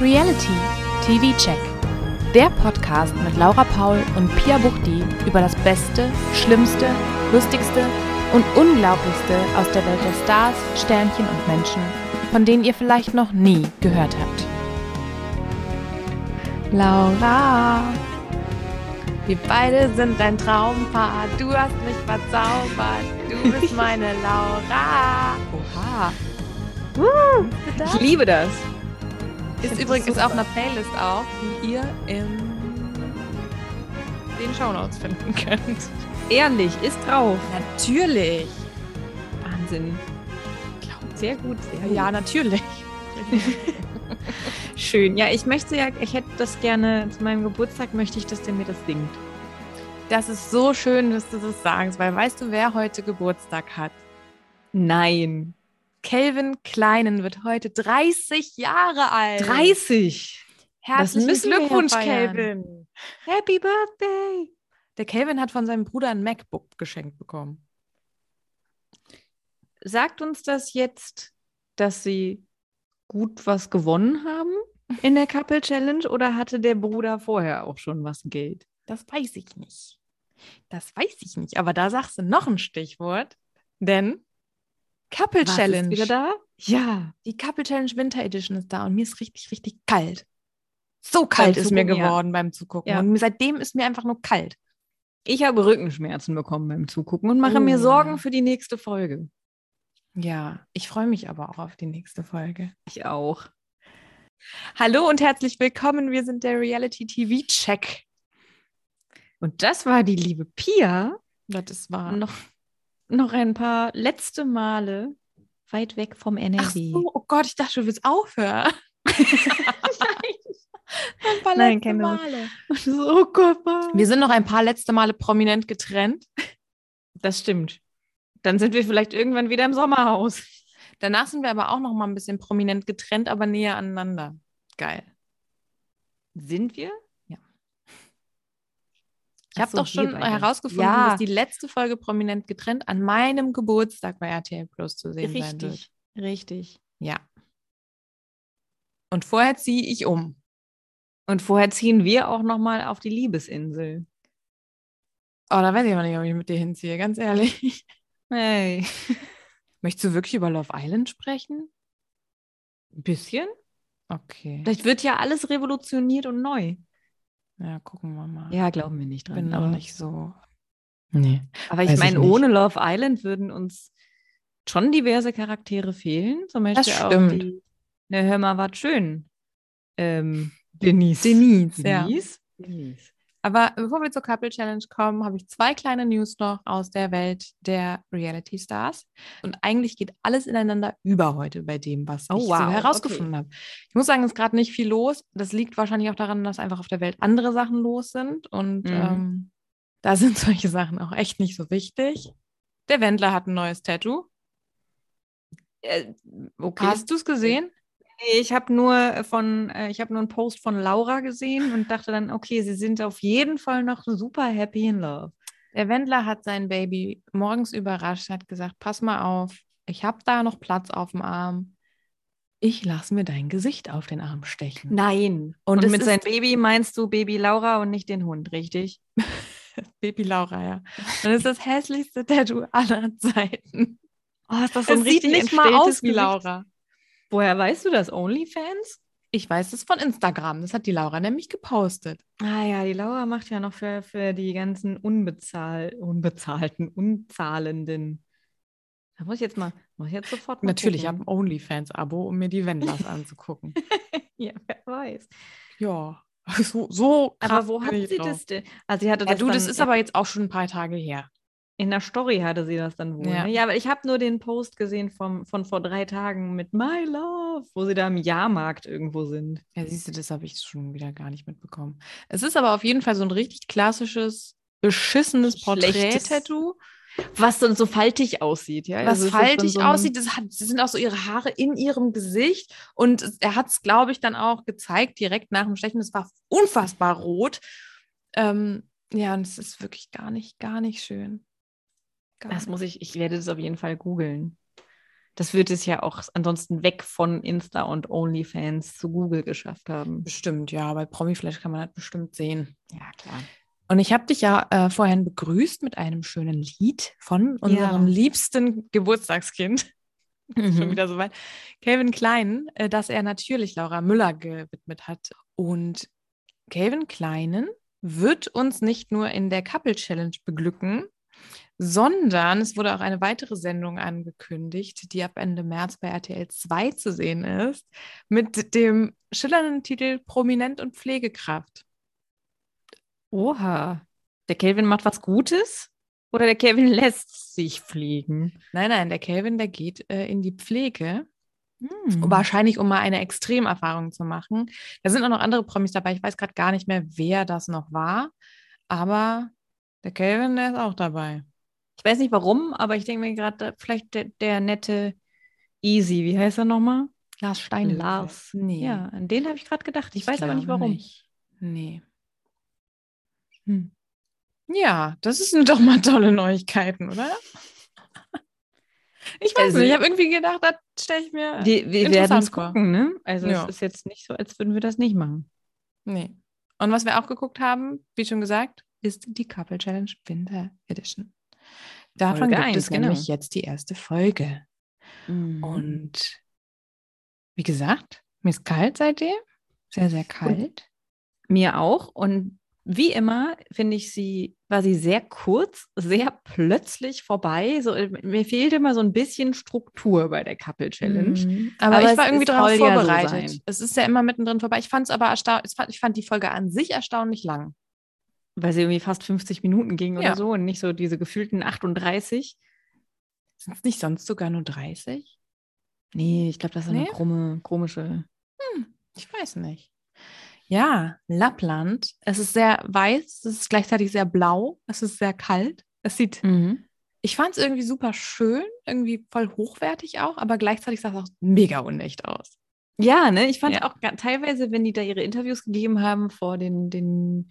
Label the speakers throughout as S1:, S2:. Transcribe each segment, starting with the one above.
S1: Reality TV Check. Der Podcast mit Laura Paul und Pia Buchti über das Beste, Schlimmste, Lustigste und Unglaublichste aus der Welt der Stars, Sternchen und Menschen, von denen ihr vielleicht noch nie gehört habt. Laura, wir beide sind dein Traumpaar. Du hast mich verzaubert. Du bist meine Laura.
S2: Oha.
S1: Bist du da?
S2: Ich liebe das.
S1: Ist übrigens auf einer Playlist auch, die ihr in den Shownotes finden könnt.
S2: Ehrlich, ist drauf.
S1: Natürlich.
S2: Wahnsinn. Sehr gut, sehr gut.
S1: Ja, natürlich.
S2: Schön. Ja, ich möchte ja, ich hätte das gerne, zu meinem Geburtstag möchte ich, dass der mir das singt.
S1: Das ist so schön, dass du das sagst, weil weißt du, wer heute Geburtstag hat?
S2: Nein.
S1: Kelvin Kleinen wird heute 30 Jahre alt.
S2: 30.
S1: Äh, Herzlichen
S2: müssen wir ja
S1: Glückwunsch,
S2: feiern.
S1: Kelvin.
S2: Happy Birthday.
S1: Der Kelvin hat von seinem Bruder ein MacBook geschenkt bekommen.
S2: Sagt uns das jetzt, dass sie gut was gewonnen haben in der Couple Challenge oder hatte der Bruder vorher auch schon was Geld?
S1: Das weiß ich nicht. Das weiß ich nicht. Aber da sagst du noch ein Stichwort, denn Couple
S2: Was, ist
S1: Challenge.
S2: Wieder da? Ja.
S1: Die Couple Challenge Winter Edition ist da und mir ist richtig, richtig kalt. So kalt ist mir
S2: Zugucken, ja.
S1: geworden beim Zugucken.
S2: Ja.
S1: Und mir- seitdem ist mir einfach nur kalt.
S2: Ich habe Rückenschmerzen bekommen beim Zugucken und mache
S1: Oh.
S2: mir Sorgen für die nächste Folge.
S1: Ja, ich freue mich aber auch auf die nächste Folge.
S2: Ich auch.
S1: Hallo und herzlich willkommen. Wir sind der Reality TV Check.
S2: Und das war die liebe Pia.
S1: Das war.
S2: Noch, noch ein paar letzte Male weit weg vom
S1: Ach
S2: NRW.
S1: so, oh Gott, ich dachte, du willst aufhören. Ein paar
S2: Nein,
S1: letzte
S2: keine Sorge.
S1: Male.
S2: Und so, oh Gott, Mann.
S1: Wir sind noch ein paar letzte Male prominent getrennt.
S2: das stimmt. Dann sind wir vielleicht irgendwann wieder im Sommerhaus.
S1: Danach sind wir aber auch noch mal ein bisschen prominent getrennt, aber näher aneinander. Geil.
S2: Sind wir?
S1: Ja. Ich
S2: Ach
S1: habe
S2: so,
S1: doch
S2: wir
S1: schon
S2: beide.
S1: herausgefunden,
S2: ja,
S1: dass die letzte Folge prominent getrennt an meinem Geburtstag bei RTL Plus zu sehen sein wird.
S2: richtig, richtig.
S1: Ja. Und vorher ziehe ich um.
S2: Und vorher ziehen wir auch noch mal auf die Liebesinsel.
S1: Oh, da weiß ich aber nicht, ob ich mit dir hinziehe, ganz ehrlich.
S2: Hey.
S1: Möchtest du wirklich über Love Island sprechen?
S2: Ein bisschen?
S1: Okay.
S2: Vielleicht wird ja alles revolutioniert und neu.
S1: Ja, gucken wir mal.
S2: Ja, glauben wir nicht
S1: ich
S2: dran.
S1: bin
S2: aber,
S1: noch nicht so. Nee.
S2: aber
S1: weiß
S2: ich
S1: ich
S2: meine,
S1: nicht.
S2: ohne Love Island würden uns schon diverse Charaktere fehlen. Zum Beispiel auch
S1: stimmt.
S2: die, ne, hör mal, war schön. Ähm,
S1: Denise. Denise, ja.
S2: Denise? Denise.
S1: Aber bevor wir zur Couple Challenge kommen, habe ich zwei kleine News noch aus der Welt der Reality Stars. Und eigentlich geht alles ineinander über heute bei dem, was
S2: Oh,
S1: ich so
S2: wow,
S1: herausgefunden habe. Ich muss sagen, es ist gerade nicht viel los. Das liegt wahrscheinlich auch daran, dass einfach auf der Welt andere Sachen los sind. Und
S2: Mhm.
S1: ähm, da sind solche Sachen auch echt nicht so wichtig. Der Wendler hat ein neues Tattoo.
S2: Äh, okay.
S1: Hast du es gesehen?
S2: Nee, ich habe nur von, äh, ich habe nur einen Post von Laura gesehen und dachte dann, okay, sie sind auf jeden Fall noch super happy in love.
S1: Der Wendler hat sein Baby morgens überrascht, hat gesagt, pass mal auf, ich habe da noch Platz auf dem Arm. Ich lasse mir dein Gesicht auf den Arm stechen.
S2: Nein.
S1: Und
S2: Und,
S1: es
S2: mit
S1: ist-
S2: seinem Baby meinst du Baby Laura und nicht den Hund, richtig?
S1: Baby Laura, ja. Und es ist das hässlichste Tattoo aller Zeiten.
S2: Oh, ist das
S1: Es sieht nicht mal aus wie
S2: Laura.
S1: Laura.
S2: Woher weißt du das? OnlyFans?
S1: Ich weiß es von Instagram. Das hat die Laura nämlich gepostet.
S2: Ah ja, die Laura macht ja noch für, für die ganzen unbezahl unbezahlten, unzahlenden. Da muss ich jetzt mal, muss ich jetzt sofort mal
S1: Natürlich, ich habe
S2: gucken.
S1: ein OnlyFans-Abo, um mir die Wendlers anzugucken.
S2: Ja, wer weiß.
S1: Ja, so, so krass.
S2: Aber wo
S1: bin
S2: hat
S1: ich
S2: sie
S1: drauf.
S2: das denn? Also sie hatte
S1: Ja,
S2: das
S1: du, das
S2: dann
S1: ist aber jetzt auch schon ein paar Tage her.
S2: in der Story hatte sie das dann wohl.
S1: Ja.
S2: ne? ja aber ich habe nur den Post gesehen vom, von vor drei Tagen mit My Love, wo sie da im Jahrmarkt irgendwo sind.
S1: Ja, siehst du, das habe ich schon wieder gar nicht mitbekommen. Es ist aber auf jeden Fall so ein richtig klassisches, beschissenes
S2: Schlechtes.
S1: Porträt-Tattoo,
S2: Was dann so faltig aussieht, ja?
S1: was
S2: Also es ist
S1: faltig
S2: dann so ein-
S1: aussieht. Es hat, es sind auch so ihre Haare in ihrem Gesicht. Und es- er hat es, glaube ich, dann auch gezeigt, direkt nach dem Stechen. Es war unfassbar rot. Ähm, ja, und es ist wirklich gar nicht, gar nicht schön. Gar
S2: Das muss ich, ich werde das auf jeden Fall googeln. Das wird es ja auch ansonsten weg von Insta und OnlyFans zu Google geschafft haben.
S1: Bestimmt, ja. Bei Promiflash kann man das bestimmt sehen.
S2: Ja, klar.
S1: Und ich habe dich ja äh, vorhin begrüßt mit einem schönen Lied von unserem liebsten Geburtstagskind.
S2: Mhm.
S1: Schon wieder soweit. Calvin Klein, äh, das er natürlich Laura Müller gewidmet hat. Und Calvin Kleinen wird uns nicht nur in der Couple Challenge beglücken, sondern es wurde auch eine weitere Sendung angekündigt, die ab Ende März bei RTL 2 zu sehen ist, mit dem schillernden Titel Prominent und Pflegekraft.
S2: Oha. Der Kelvin macht was Gutes oder der Kelvin lässt sich fliegen?
S1: Nein, nein, der Calvin, der geht äh, in die Pflege.
S2: Hm. Mhm.
S1: Wahrscheinlich, um mal eine Extremerfahrung zu machen. Da sind auch noch andere Promis dabei. Ich weiß gerade gar nicht mehr, wer das noch war. Aber der Calvin, der ist auch dabei.
S2: Ich weiß nicht warum, aber ich denke mir gerade, vielleicht der, der nette Easy, wie heißt er nochmal?
S1: Lars Steine.
S2: Lars.
S1: Nee.
S2: Ja, an den habe ich gerade gedacht. Ich,
S1: Ich
S2: weiß aber nicht
S1: glaube
S2: warum.
S1: nicht. Nee. Hm. Ja, das sind doch mal tolle Neuigkeiten, oder? Ich weiß
S2: Also-
S1: nicht, ich habe irgendwie gedacht, das stelle ich mir.
S2: Wir, wir
S1: Interessant
S2: werden es
S1: war.
S2: gucken, ne? Also
S1: Ja.
S2: es ist jetzt nicht so, als würden wir das nicht machen.
S1: Nee. Und was wir auch geguckt haben, wie schon gesagt, ist die Couple Challenge Winter Edition. Davon
S2: Folge
S1: gibt
S2: eins,
S1: es nämlich
S2: genau. Mhm.
S1: jetzt die erste Folge. Mhm.
S2: Und
S1: Und wie gesagt, mir ist kalt seitdem. Sehr, sehr kalt.
S2: mir auch. Und wie immer finde ich sie, war sie sehr kurz, sehr plötzlich vorbei. So, äh, mir fehlte immer so ein bisschen Struktur bei der Couple Challenge.
S1: Mhm. Aber,
S2: Aber
S1: ich war
S2: es-
S1: irgendwie
S2: es
S1: darauf
S2: soll ja so
S1: vorbereitet.
S2: sein.
S1: es ist ja immer mittendrin vorbei. Ich fand es aber erstaunlich, ich fand die Folge an sich erstaunlich lang.
S2: weil sie irgendwie fast 50 Minuten ging
S1: Ja.
S2: oder so und nicht so diese gefühlten 38.
S1: Sind es nicht sonst sogar nur 30?
S2: Nee, ich glaube, das ist
S1: Nee?
S2: eine krumme, komische.
S1: Ich weiß nicht. Ja, Lappland. Es ist sehr weiß, es ist gleichzeitig sehr blau, es ist sehr kalt. Es sieht, ich fand es irgendwie super schön, irgendwie voll hochwertig auch, aber gleichzeitig sah es auch mega unecht aus.
S2: Ja, ne, ich fand
S1: Ja.
S2: auch ga- teilweise, wenn die da ihre Interviews gegeben haben vor den, den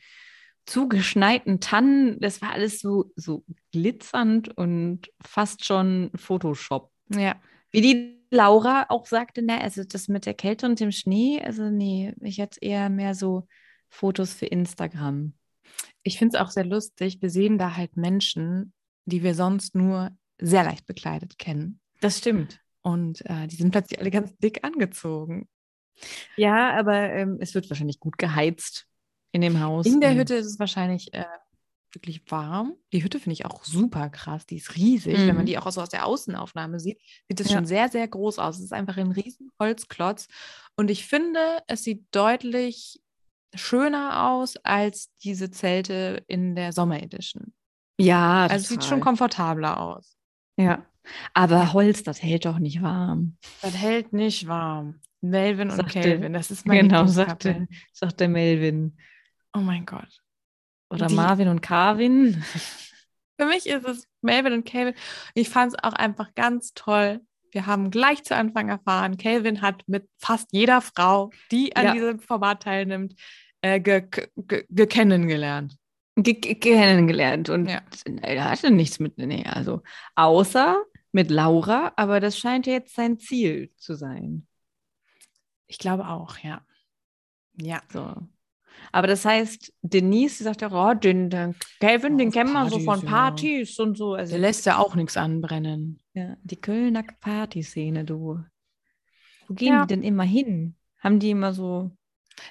S2: zugeschneiten Tannen, das war alles so, so glitzernd und fast schon Photoshop.
S1: Ja.
S2: Wie die Laura auch sagte, na, also das mit der Kälte und dem Schnee, also nee, ich hätte eher mehr so Fotos für Instagram.
S1: Ich finde es auch sehr lustig. Wir sehen da halt Menschen, die wir sonst nur sehr leicht bekleidet kennen.
S2: Das stimmt.
S1: Und äh, die sind plötzlich alle ganz dick angezogen.
S2: Ja, aber ähm, es wird wahrscheinlich gut geheizt in dem Haus.
S1: In der
S2: und-
S1: Hütte ist es wahrscheinlich äh, wirklich warm. Die Hütte finde ich auch super krass. Die ist riesig. Wenn man
S2: Mhm.
S1: die auch so aus der Außenaufnahme sieht, sieht es
S2: Ja.
S1: schon sehr, sehr groß aus. Es ist einfach ein riesen Holzklotz. Und ich finde, es sieht deutlich schöner aus als diese Zelte in der Sommeredition.
S2: Ja,
S1: Also es sieht schon
S2: total.
S1: komfortabler aus.
S2: Ja. Aber Holz, das hält doch nicht warm.
S1: Das hält nicht warm. Melvin und
S2: Sagte-
S1: Calvin, das ist mein
S2: Genau,
S1: Lieblingskappel.
S2: sagte, sagte Melvin.
S1: Oh mein Gott.
S2: Oder
S1: Die-
S2: Marvin und Carvin.
S1: Für mich ist es Melvin und Calvin. Ich fand es auch einfach ganz toll. Wir haben gleich zu Anfang erfahren, Calvin hat mit fast jeder Frau, die an
S2: Ja.
S1: diesem Format teilnimmt, äh, ge ge ge ge kennengelernt.
S2: ge- ge- kennengelernt und äh,
S1: Ja.
S2: er hatte nichts mit, nee, also außer mit Laura, aber das scheint ja jetzt sein Ziel zu sein.
S1: Ich glaube auch, ja. Ja.
S2: So. Aber das heißt, Denise sagt ja, oh, den, den Calvin,
S1: Ja,
S2: den
S1: auf
S2: kennen wir so
S1: Partys,
S2: von
S1: Oh, ja.
S2: Oh, Partys und so. Also,
S1: Der lässt ja auch nichts anbrennen.
S2: ja, die Kölner Partyszene, du. Wo gehen
S1: Ja.
S2: die denn immer hin? Haben die immer so.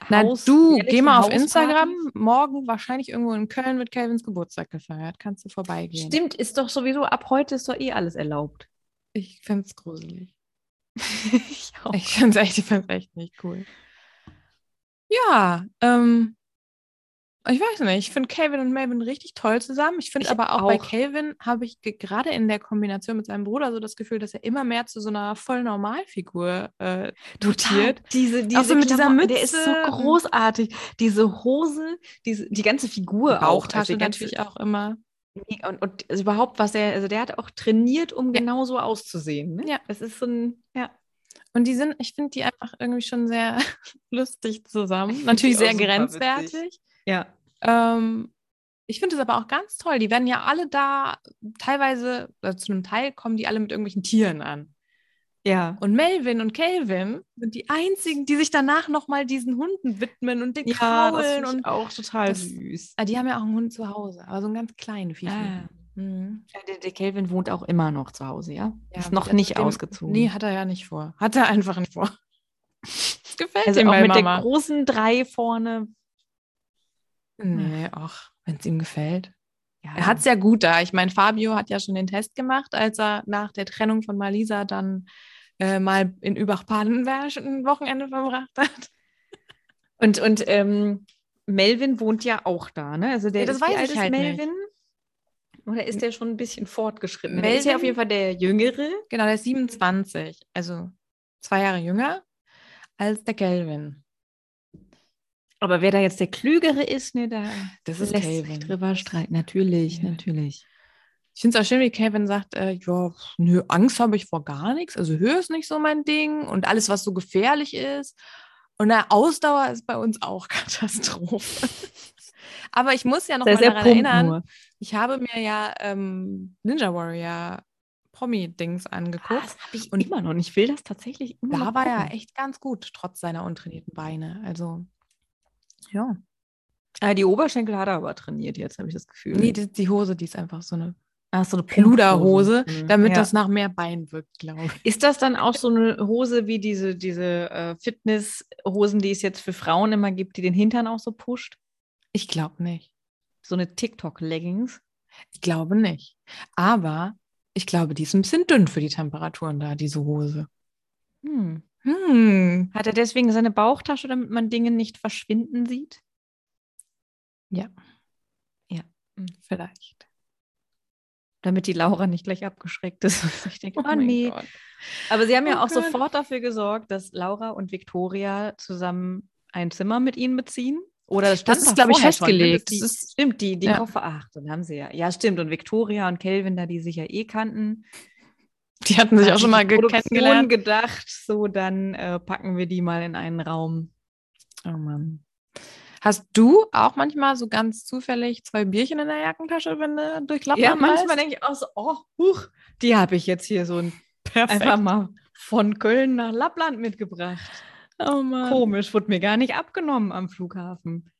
S1: Na
S2: Haus-
S1: du,
S2: jährliche
S1: geh mal auf
S2: Hauspartys?
S1: Instagram. Morgen wahrscheinlich irgendwo in Köln wird Calvins Geburtstag gefeiert. Kannst du vorbeigehen.
S2: Stimmt, ist doch sowieso, ab heute ist doch eh alles erlaubt.
S1: Ich finde es gruselig.
S2: ich auch.
S1: Ich finde es echt, ich find's echt nicht cool. Ja, ähm, ich weiß nicht. Ich finde Calvin und Melvin richtig toll zusammen. Ich finde
S2: Ich
S1: aber auch, bei
S2: auch.
S1: Calvin habe ich ge- gerade in der Kombination mit seinem Bruder so das Gefühl, dass er immer mehr zu so einer voll Normalfigur äh,
S2: Total.
S1: mutiert.
S2: Diese, diese
S1: Auch so mit dieser
S2: Klamotten, der ist so
S1: Mütze und-
S2: großartig. Diese Hose, diese, die ganze Figur auch. Also
S1: Bauchtasche
S2: die ganze-
S1: natürlich auch immer.
S2: Und, und also überhaupt, was er, also der hat auch trainiert, um
S1: Ja.
S2: genauso auszusehen. Ne?
S1: Ja.
S2: Das ist so ein, ja.
S1: Und die sind, ich finde die einfach irgendwie schon sehr lustig zusammen. Natürlich
S2: auch
S1: sehr
S2: super witzig.
S1: grenzwertig.
S2: Ja.
S1: Ähm, ich finde es aber auch ganz toll. Die werden ja alle da, teilweise, äh, zu einem Teil kommen die alle mit irgendwelchen Tieren an.
S2: Ja.
S1: Und Melvin und Calvin sind die einzigen, die sich danach nochmal diesen Hunden widmen und den
S2: Ja, das
S1: kraulen.
S2: finde ich
S1: Und,
S2: auch total
S1: das-
S2: süß.
S1: ah, die haben ja auch einen Hund zu Hause, aber so einen ganz kleinen Viecher.
S2: Ah.
S1: Mhm.
S2: Ja, Der, der Kelvin wohnt auch immer noch zu Hause, ja?
S1: Ja,
S2: ist noch
S1: also
S2: nicht
S1: dem-
S2: ausgezogen.
S1: Nee, hat er ja nicht vor. Hat er einfach nicht vor. Das gefällt
S2: also
S1: ihm
S2: auch
S1: bei
S2: mit der
S1: Mama.
S2: großen drei vorne.
S1: nee, ach, wenn es ihm gefällt.
S2: Ja,
S1: Er hat es ja gut da. Ich meine, Fabio hat ja schon den Test gemacht, als er nach der Trennung von Malisa dann äh, mal in Übach-Padenberg ein Wochenende verbracht hat.
S2: Und, und ähm, Melvin wohnt ja auch da, ne? Also der
S1: Ja, das
S2: ist, wie
S1: weiß
S2: alt
S1: ich
S2: ist
S1: halt
S2: Melvin? Oder ist der schon ein bisschen fortgeschritten? Der ist
S1: Melvin-
S2: ja auf jeden Fall der Jüngere.
S1: Genau, der ist 27, also zwei Jahre jünger als der Kelvin.
S2: Aber wer da jetzt der Klügere ist, ne, da
S1: Das
S2: lässt sich drüber streiten. Natürlich,
S1: Ja.
S2: natürlich.
S1: Ich finde es auch schön, wie Kelvin sagt, äh, ja, pf, nö, Angst habe ich vor gar nichts. Also Höhe ist nicht so mein Ding und alles, was so gefährlich ist. Und na, Ausdauer ist bei uns auch Katastrophe. Aber ich muss ja noch mal daran erinnern, ich habe mir ja ähm, Ninja Warrior Promi-Dings angeguckt.
S2: Das habe ich
S1: Und-
S2: immer noch nicht. Ich will das tatsächlich immer
S1: Da
S2: noch
S1: war er
S2: gucken.
S1: echt ganz gut, trotz seiner untrainierten Beine. Also, ja.
S2: Ah, die Oberschenkel hat er aber trainiert jetzt, habe ich das Gefühl.
S1: Nee, die, die Hose, die ist einfach so eine
S2: Ach, Ah, so eine
S1: Genau. Pluderhose,
S2: Plumpshose.
S1: damit
S2: Ja.
S1: das nach mehr Bein wirkt, glaube ich.
S2: Ist das dann auch so eine Hose wie diese, diese äh, Fitnesshosen, die es jetzt für Frauen immer gibt, die den Hintern auch so pusht?
S1: Ich glaube nicht.
S2: So eine TikTok-Leggings?
S1: Ich glaube nicht. Aber ich glaube, die ist ein bisschen dünn für die Temperaturen da, diese Hose.
S2: Hm.
S1: Hm.
S2: Hat er deswegen seine Bauchtasche, damit man Dinge nicht verschwinden sieht?
S1: Vielleicht.
S2: Damit die Laura nicht gleich abgeschreckt ist. Und ich denke, oh,
S1: mein
S2: nee.
S1: Gott.
S2: Aber sie haben ja
S1: Oh
S2: auch
S1: Gott.
S2: sofort dafür gesorgt, dass Laura und Victoria zusammen ein Zimmer mit ihnen beziehen. Oder das, stand
S1: Das ist,
S2: doch
S1: glaube ich,
S2: vorher schon, ne,
S1: festgelegt.
S2: dass
S1: Das
S2: die-
S1: ist,
S2: Stimmt, die, die
S1: Ja.
S2: Koffer, ach, dann haben sie ja. Ja, stimmt. Und Victoria und Kelvin da, die sich ja eh kannten.
S1: die hatten sich
S2: Hat
S1: auch schon
S2: die
S1: mal ge-
S2: Produktion
S1: kennengelernt.
S2: gedacht, so dann äh, packen wir die mal in einen Raum.
S1: Oh Mann. Hast du auch manchmal so ganz zufällig zwei Bierchen in der Jackentasche, wenn du durch Lappland
S2: ja, manchmal
S1: reist?
S2: denke ich auch so, oh, huch, die habe ich jetzt hier so ein, einfach mal von Köln nach Lappland mitgebracht.
S1: Oh Mann.
S2: Komisch, wurde mir gar nicht abgenommen am Flughafen.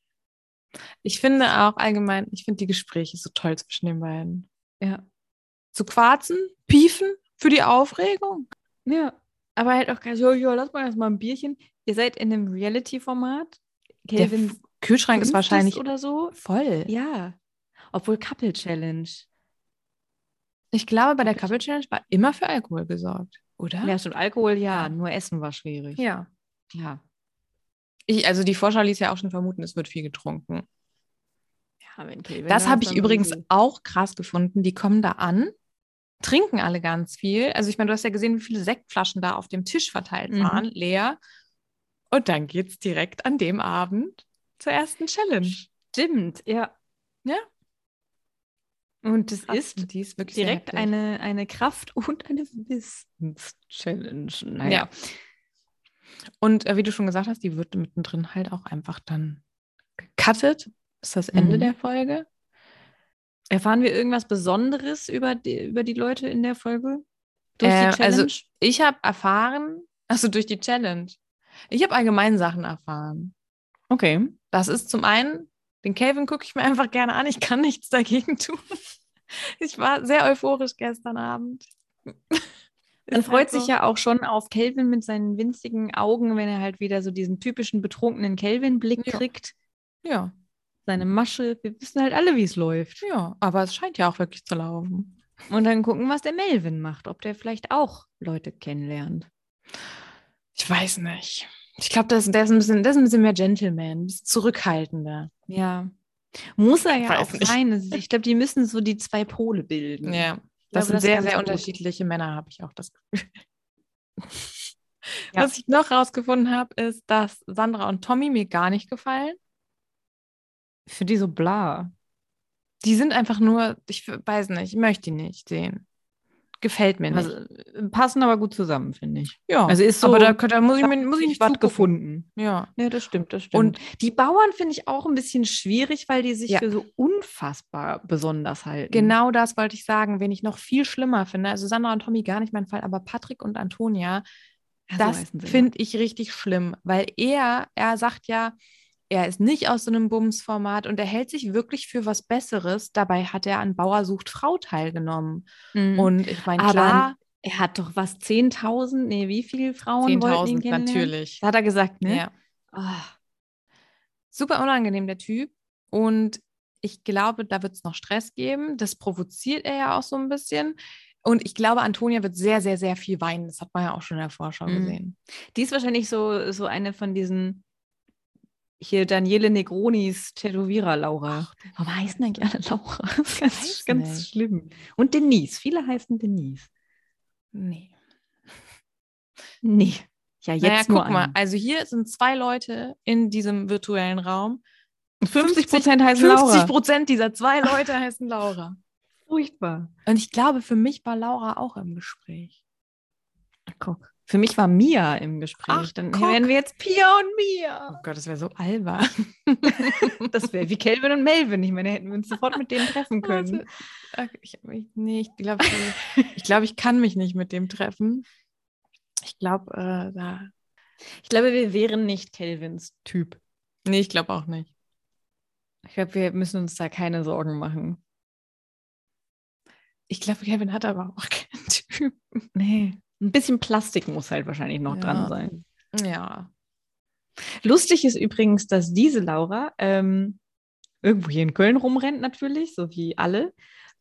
S1: Ich finde auch allgemein, ich finde die Gespräche so toll zwischen den beiden.
S2: Ja.
S1: Zu quarzen, piefen für die Aufregung.
S2: Ja, aber halt auch geil, so, ja, lass mal erst mal ein Bierchen. Ihr seid in einem Reality-Format.
S1: Der
S2: Kelvin
S1: F- Kühlschrank
S2: fünftes
S1: ist wahrscheinlich
S2: oder so.
S1: voll.
S2: Ja. Obwohl Couple Challenge.
S1: Ich glaube, bei der Couple Challenge war immer für Alkohol gesorgt, oder?
S2: Ja, stimmt. Alkohol, Ah. ja. Nur Essen war schwierig.
S1: Ja.
S2: Ja.
S1: Ich, also die Vorschau ließ ja auch schon vermuten, es wird viel getrunken.
S2: Ja, wenn Kelvin
S1: das
S2: da
S1: habe
S2: ist,
S1: ich
S2: dann
S1: übrigens
S2: sowieso.
S1: auch krass gefunden. Die kommen da an, trinken alle ganz viel. Also ich meine, du hast ja gesehen, wie viele Sektflaschen da auf dem Tisch verteilt
S2: Mhm.
S1: waren, leer. Und dann geht es direkt an dem Abend zur ersten Challenge.
S2: Stimmt, ja.
S1: Ja.
S2: Und es
S1: Krass,
S2: ist
S1: die ist wirklich sehr
S2: direkt
S1: heftig.
S2: eine, eine Kraft- und eine Wissenschallenge.
S1: Ja. Und äh, wie du schon gesagt hast, die wird mittendrin halt auch einfach dann gecuttet. Ist das Ende
S2: Mhm.
S1: der Folge?
S2: Erfahren wir irgendwas Besonderes über die, über die Leute in der Folge? Durch
S1: Äh,
S2: die Challenge?
S1: also ich habe erfahren, also durch die Challenge, ich habe allgemein Sachen erfahren.
S2: okay.
S1: Das ist zum einen, den Calvin gucke ich mir einfach gerne an. Ich kann nichts dagegen tun. Ich war sehr euphorisch gestern Abend.
S2: Man freut sich ja auch schon auf Kelvin mit seinen winzigen Augen, wenn er halt wieder so diesen typischen betrunkenen Kelvin-Blick
S1: Ja.
S2: kriegt.
S1: Ja,
S2: Seine Masche. Wir wissen halt alle, wie es läuft.
S1: ja, aber es scheint ja auch wirklich zu laufen.
S2: Und dann gucken, was der Melvin macht, ob der vielleicht auch Leute kennenlernt.
S1: Ich weiß nicht. Ich glaube, der, ist- der, ist ein bisschen- der ist ein bisschen mehr Gentleman, ein bisschen zurückhaltender.
S2: Ja. Muss er ja
S1: Weiß
S2: auch
S1: nicht.
S2: sein. Es ist- Ich glaube, die müssen so die zwei Pole bilden.
S1: Ja,
S2: Ich
S1: das sind
S2: glaube,
S1: sehr,
S2: ist
S1: sehr
S2: ganz gut.
S1: unterschiedliche Männer, habe ich auch das Gefühl.
S2: Ja.
S1: Was ich noch rausgefunden habe, ist, dass Sandra und Tommy mir gar nicht gefallen.
S2: Ich finde die so bla.
S1: Die sind einfach nur, ich weiß nicht, ich möchte die nicht sehen.
S2: Gefällt mir nicht.
S1: Also,
S2: passen aber gut zusammen, finde ich.
S1: Ja,
S2: Also ist so,
S1: aber da, könnt- da muss ich,
S2: da
S1: mir, muss ich nicht
S2: was
S1: was
S2: gefunden.
S1: Ja.
S2: Ja, das stimmt, das
S1: stimmt.
S2: Und die Bauern finde ich auch ein bisschen schwierig, weil die sich
S1: Ja.
S2: für so unfassbar besonders halten.
S1: Genau das wollte ich sagen, wen ich noch viel schlimmer finde. Also Sandra und Tommy gar nicht mein Fall, aber Patrick und Antonia,
S2: Ja, so
S1: das
S2: heißen sie, ja.
S1: finde ich richtig schlimm, weil er, er sagt ja, er ist nicht aus so einem Bums-Format und er hält sich wirklich für was Besseres. Dabei hat er an Bauer sucht Frau teilgenommen.
S2: Mhm.
S1: Und ich meine,
S2: Aber
S1: klar,
S2: er hat doch was, 10.000? Nee, wie viele Frauen wollten ihn
S1: 10.000
S2: kennenlernen?
S1: natürlich.
S2: Das hat er gesagt, ne?
S1: Ja.
S2: Ah,
S1: super unangenehm, der Typ. Und ich glaube, da wird es noch Stress geben. Das provoziert er ja auch so ein bisschen. Und ich glaube, Antonia wird sehr, sehr, sehr viel weinen. Das hat man ja auch schon in der Vorschau
S2: Mhm.
S1: gesehen.
S2: Die ist wahrscheinlich so, so eine von diesen hier Daniele Negronis Tätowierer Laura. Warum heißen eigentlich alle Laura? Das ist ganz,
S1: Weiß
S2: ganz
S1: nicht.
S2: schlimm. Und Denise. Viele heißen Denise.
S1: Nee.
S2: Nee. Ja, jetzt
S1: naja,
S2: nur
S1: guck mal.
S2: eine.
S1: Also hier sind zwei Leute in diesem virtuellen Raum.
S2: 50 Also Prozent heißen
S1: 50
S2: Laura.
S1: Prozent dieser zwei Leute heißen Laura.
S2: Furchtbar.
S1: Und ich glaube, für mich war Laura auch im Gespräch.
S2: Guck. Für mich war Mia im Gespräch.
S1: Ach,
S2: Dann
S1: guck.
S2: wären wir jetzt Pia und Mia.
S1: Oh Gott, das wäre so albern.
S2: Das wäre wie Kelvin und Melvin. Ich meine, hätten wir uns sofort mit denen treffen können.
S1: Also, ach, ich, ich, nee, ich glaube, ich, glaub, ich kann mich nicht mit dem treffen. Ich glaube, äh, da.
S2: Ich glaube, wir wären nicht Kelvins Typ.
S1: Nee, ich glaube auch nicht.
S2: Ich glaube, wir müssen uns da keine Sorgen machen.
S1: Ich glaube, Kevin hat aber auch keinen Typ.
S2: Nee. Ein bisschen Plastik muss halt wahrscheinlich noch
S1: Ja.
S2: dran sein.
S1: Ja.
S2: Lustig ist übrigens, dass diese Laura ähm, irgendwo hier in Köln rumrennt, natürlich, so wie alle.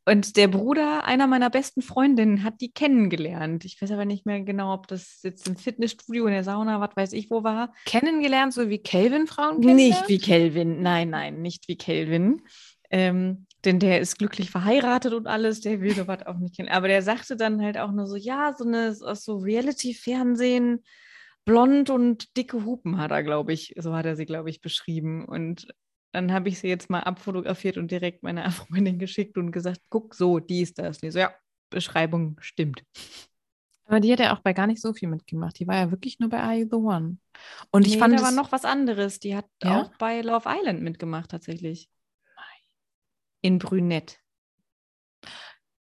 S2: Und der Bruder einer meiner besten Freundinnen hat die kennengelernt. Ich weiß aber nicht mehr genau, ob das jetzt im Fitnessstudio, in der Sauna, was weiß ich, wo war.
S1: Kennengelernt, so wie Kelvin Frauen
S2: Nicht
S1: kennenlernt?
S2: wie Kelvin, nein, nein, nicht wie Kelvin. Ähm, denn der ist glücklich verheiratet und alles, der will sowas auch nicht kennen. Aber der sagte dann halt auch nur so, ja, so eine aus so Reality-Fernsehen, blond und dicke Hupen hat er, glaube ich, so hat er sie, glaube ich, beschrieben. Und dann habe ich sie jetzt mal abfotografiert und direkt meiner Freundin geschickt und gesagt, guck, so, die ist das. Die so, ja, Beschreibung stimmt.
S1: Aber die hat ja auch bei gar nicht so viel mitgemacht. Die war ja wirklich nur bei Are You the One. Und ich fand
S2: da war
S1: es-
S2: noch was anderes. Die hat
S1: Ja?
S2: auch bei Love Island mitgemacht, tatsächlich. In Brünett.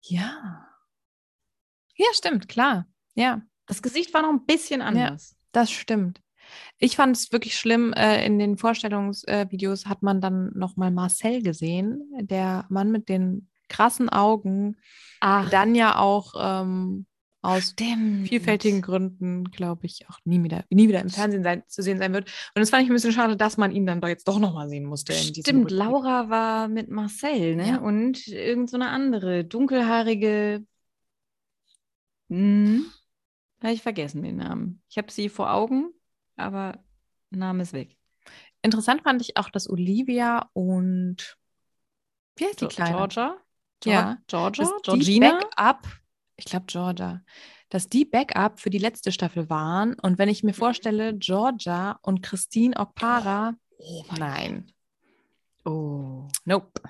S1: Ja. Ja, stimmt, klar. Ja.
S2: Das Gesicht war noch ein bisschen anders.
S1: Das stimmt. Ich fand es wirklich schlimm. Äh, in den Vorstellungsvideos äh, Videos hat man dann nochmal Marcel gesehen, der Mann mit den krassen Augen,
S2: Ach,
S1: dann ja auch ähm, aus
S2: stimmt.
S1: vielfältigen Gründen, glaube ich, auch nie wieder, nie wieder im Fernsehen sein, zu sehen sein wird. Und das fand ich ein bisschen schade, dass man ihn dann doch jetzt doch nochmal sehen musste. in diesem
S2: Stimmt,
S1: Rückblick.
S2: Laura war mit Marcel, ne?
S1: Ja.
S2: Und irgend so eine andere, dunkelhaarige. Hm. Habe ich vergessen den Namen. Ich habe sie vor Augen, aber Name ist weg.
S1: Interessant fand ich auch, dass Olivia und wie heißt die
S2: Ge-
S1: Kleine?
S2: Georgia?
S1: Ja.
S2: Georgia?
S1: dass
S2: Georgina?
S1: die Backup, ich glaube Georgia, dass die Backup für die letzte Staffel waren. Und wenn ich mir vorstelle, Georgia und Christine Okpara,
S2: Oh
S1: nein,
S2: Oh.
S1: nope.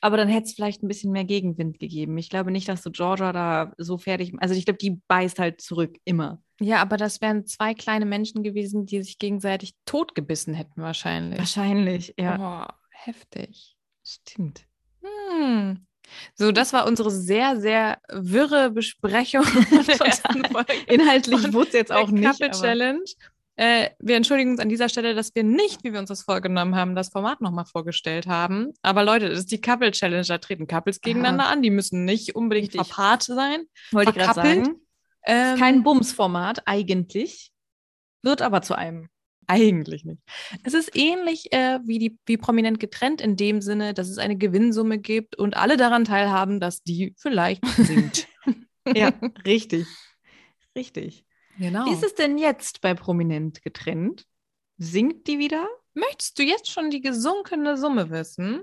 S2: Aber dann hätte es vielleicht ein bisschen mehr Gegenwind gegeben. Ich glaube nicht, dass du Georgia da so fertig. Also ich glaube, die beißt halt zurück immer.
S1: Ja, aber das wären zwei kleine Menschen gewesen, die sich gegenseitig totgebissen hätten wahrscheinlich.
S2: Wahrscheinlich, ja.
S1: Oh, heftig.
S2: Stimmt.
S1: Hm. So, das war unsere sehr, sehr wirre Besprechung der ersten Folge.
S2: Inhaltlich wurde es jetzt auch nicht.
S1: Couple Challenge. Äh, wir entschuldigen uns an dieser Stelle, dass wir nicht, wie wir uns das vorgenommen haben, das Format nochmal vorgestellt haben. Aber Leute, das ist die Couple Challenge. Da treten Couples gegeneinander an. Die müssen nicht unbedingt
S2: Richtig.
S1: verpaart sein.
S2: wollte ich gerade
S1: verkappelt.
S2: sagen.
S1: Ähm,
S2: Ist Kein Bums-Format eigentlich.
S1: wird aber zu einem. Eigentlich nicht. Es ist ähnlich äh, wie, die, wie prominent getrennt in dem Sinne, dass es eine Gewinnsumme gibt und alle daran teilhaben, dass die vielleicht singt.
S2: Ja, richtig. Oh. Richtig.
S1: genau.
S2: Wie ist es denn jetzt bei Prominent getrennt? Singt die wieder?
S1: Möchtest du jetzt schon die gesunkene Summe wissen?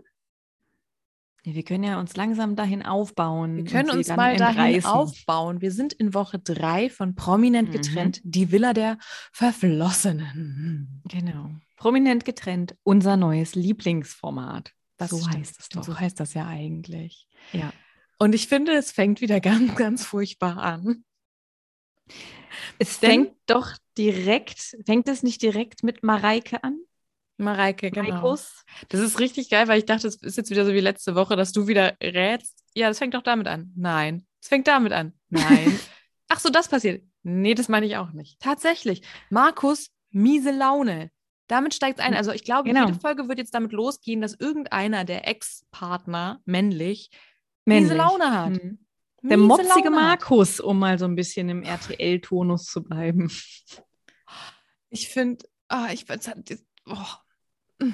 S2: Nee, wir können ja uns langsam dahin aufbauen.
S1: Wir
S2: und
S1: können
S2: Mhm, sie
S1: uns
S2: dann
S1: mal dahin
S2: entreißen.
S1: aufbauen. Wir sind in Woche drei von Prominent
S2: Mhm.
S1: getrennt, die Villa der Verflossenen.
S2: Genau. Prominent getrennt, unser neues Lieblingsformat.
S1: Das
S2: so
S1: stimmt.
S2: heißt es doch.
S1: So heißt das ja eigentlich.
S2: Ja. Und ich finde, es fängt wieder ganz, ganz furchtbar an.
S1: Es
S2: Fängt doch direkt, fängt es nicht direkt mit Mareike an?
S1: Mareike, genau.
S2: Mareikos?
S1: Das ist richtig geil, weil ich dachte, es ist jetzt wieder so wie letzte Woche, dass du wieder rätst. Ja, das fängt doch damit an. Nein. Es fängt damit an. Nein. Ach so, das passiert. Nee, das meine ich auch nicht. Tatsächlich. Markus, miese Laune. Damit steigt es ein. Also ich glaube,
S2: Genau.
S1: jede Folge wird jetzt damit losgehen, dass irgendeiner der Ex-Partner, männlich,
S2: Männlich.
S1: miese Laune hat.
S2: Mhm. Der
S1: Miese
S2: mopsige
S1: Laune hat.
S2: Markus, um mal so ein bisschen im RTL-Tonus zu bleiben.
S1: Ich finde, ah, ich es hat- das- oh.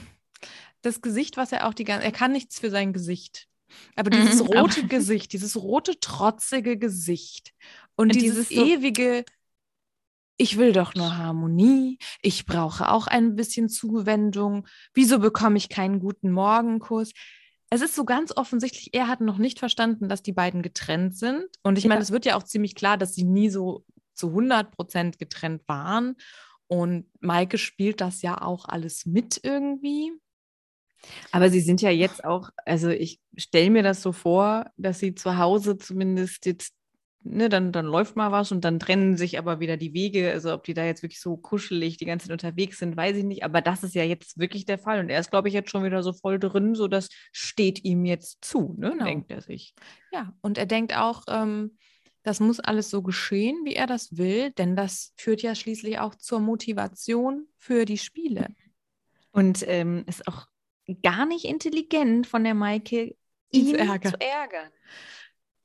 S1: das Gesicht, was er auch die ganze, er kann nichts für sein Gesicht. Aber dieses
S2: Mhm, aber-
S1: rote Gesicht, dieses rote trotzige Gesicht und,
S2: Und
S1: dieses,
S2: dieses so-
S1: ewige, ich will doch nur Harmonie, ich brauche auch ein bisschen Zuwendung. Wieso bekomme ich keinen guten Morgenkuss? Es ist so ganz offensichtlich, er hat noch nicht verstanden, dass die beiden getrennt sind. Und ich meine,
S2: Ja.
S1: es wird ja auch ziemlich klar, dass sie nie so zu 100 Prozent getrennt waren. Und Maike spielt das ja auch alles mit irgendwie.
S2: Aber sie sind ja jetzt auch, also ich stelle mir das so vor, dass sie zu Hause zumindest jetzt, ne, dann, dann läuft mal was und dann trennen sich aber wieder die Wege. Also ob die da jetzt wirklich so kuschelig die ganze Zeit unterwegs sind, weiß ich nicht. Aber das ist ja jetzt wirklich der Fall. Und er ist, glaube ich, jetzt schon wieder so voll drin, so das steht ihm jetzt zu, ne,
S1: Genau.
S2: denkt er sich.
S1: Ja, und er denkt auch, ähm, das muss alles so geschehen, wie er das will, denn das führt ja schließlich auch zur Motivation für die Spiele.
S2: Und ähm, ist auch gar nicht intelligent von der Maike,
S1: Ihn
S2: ihn
S1: zu ärgern.
S2: zu ärgern.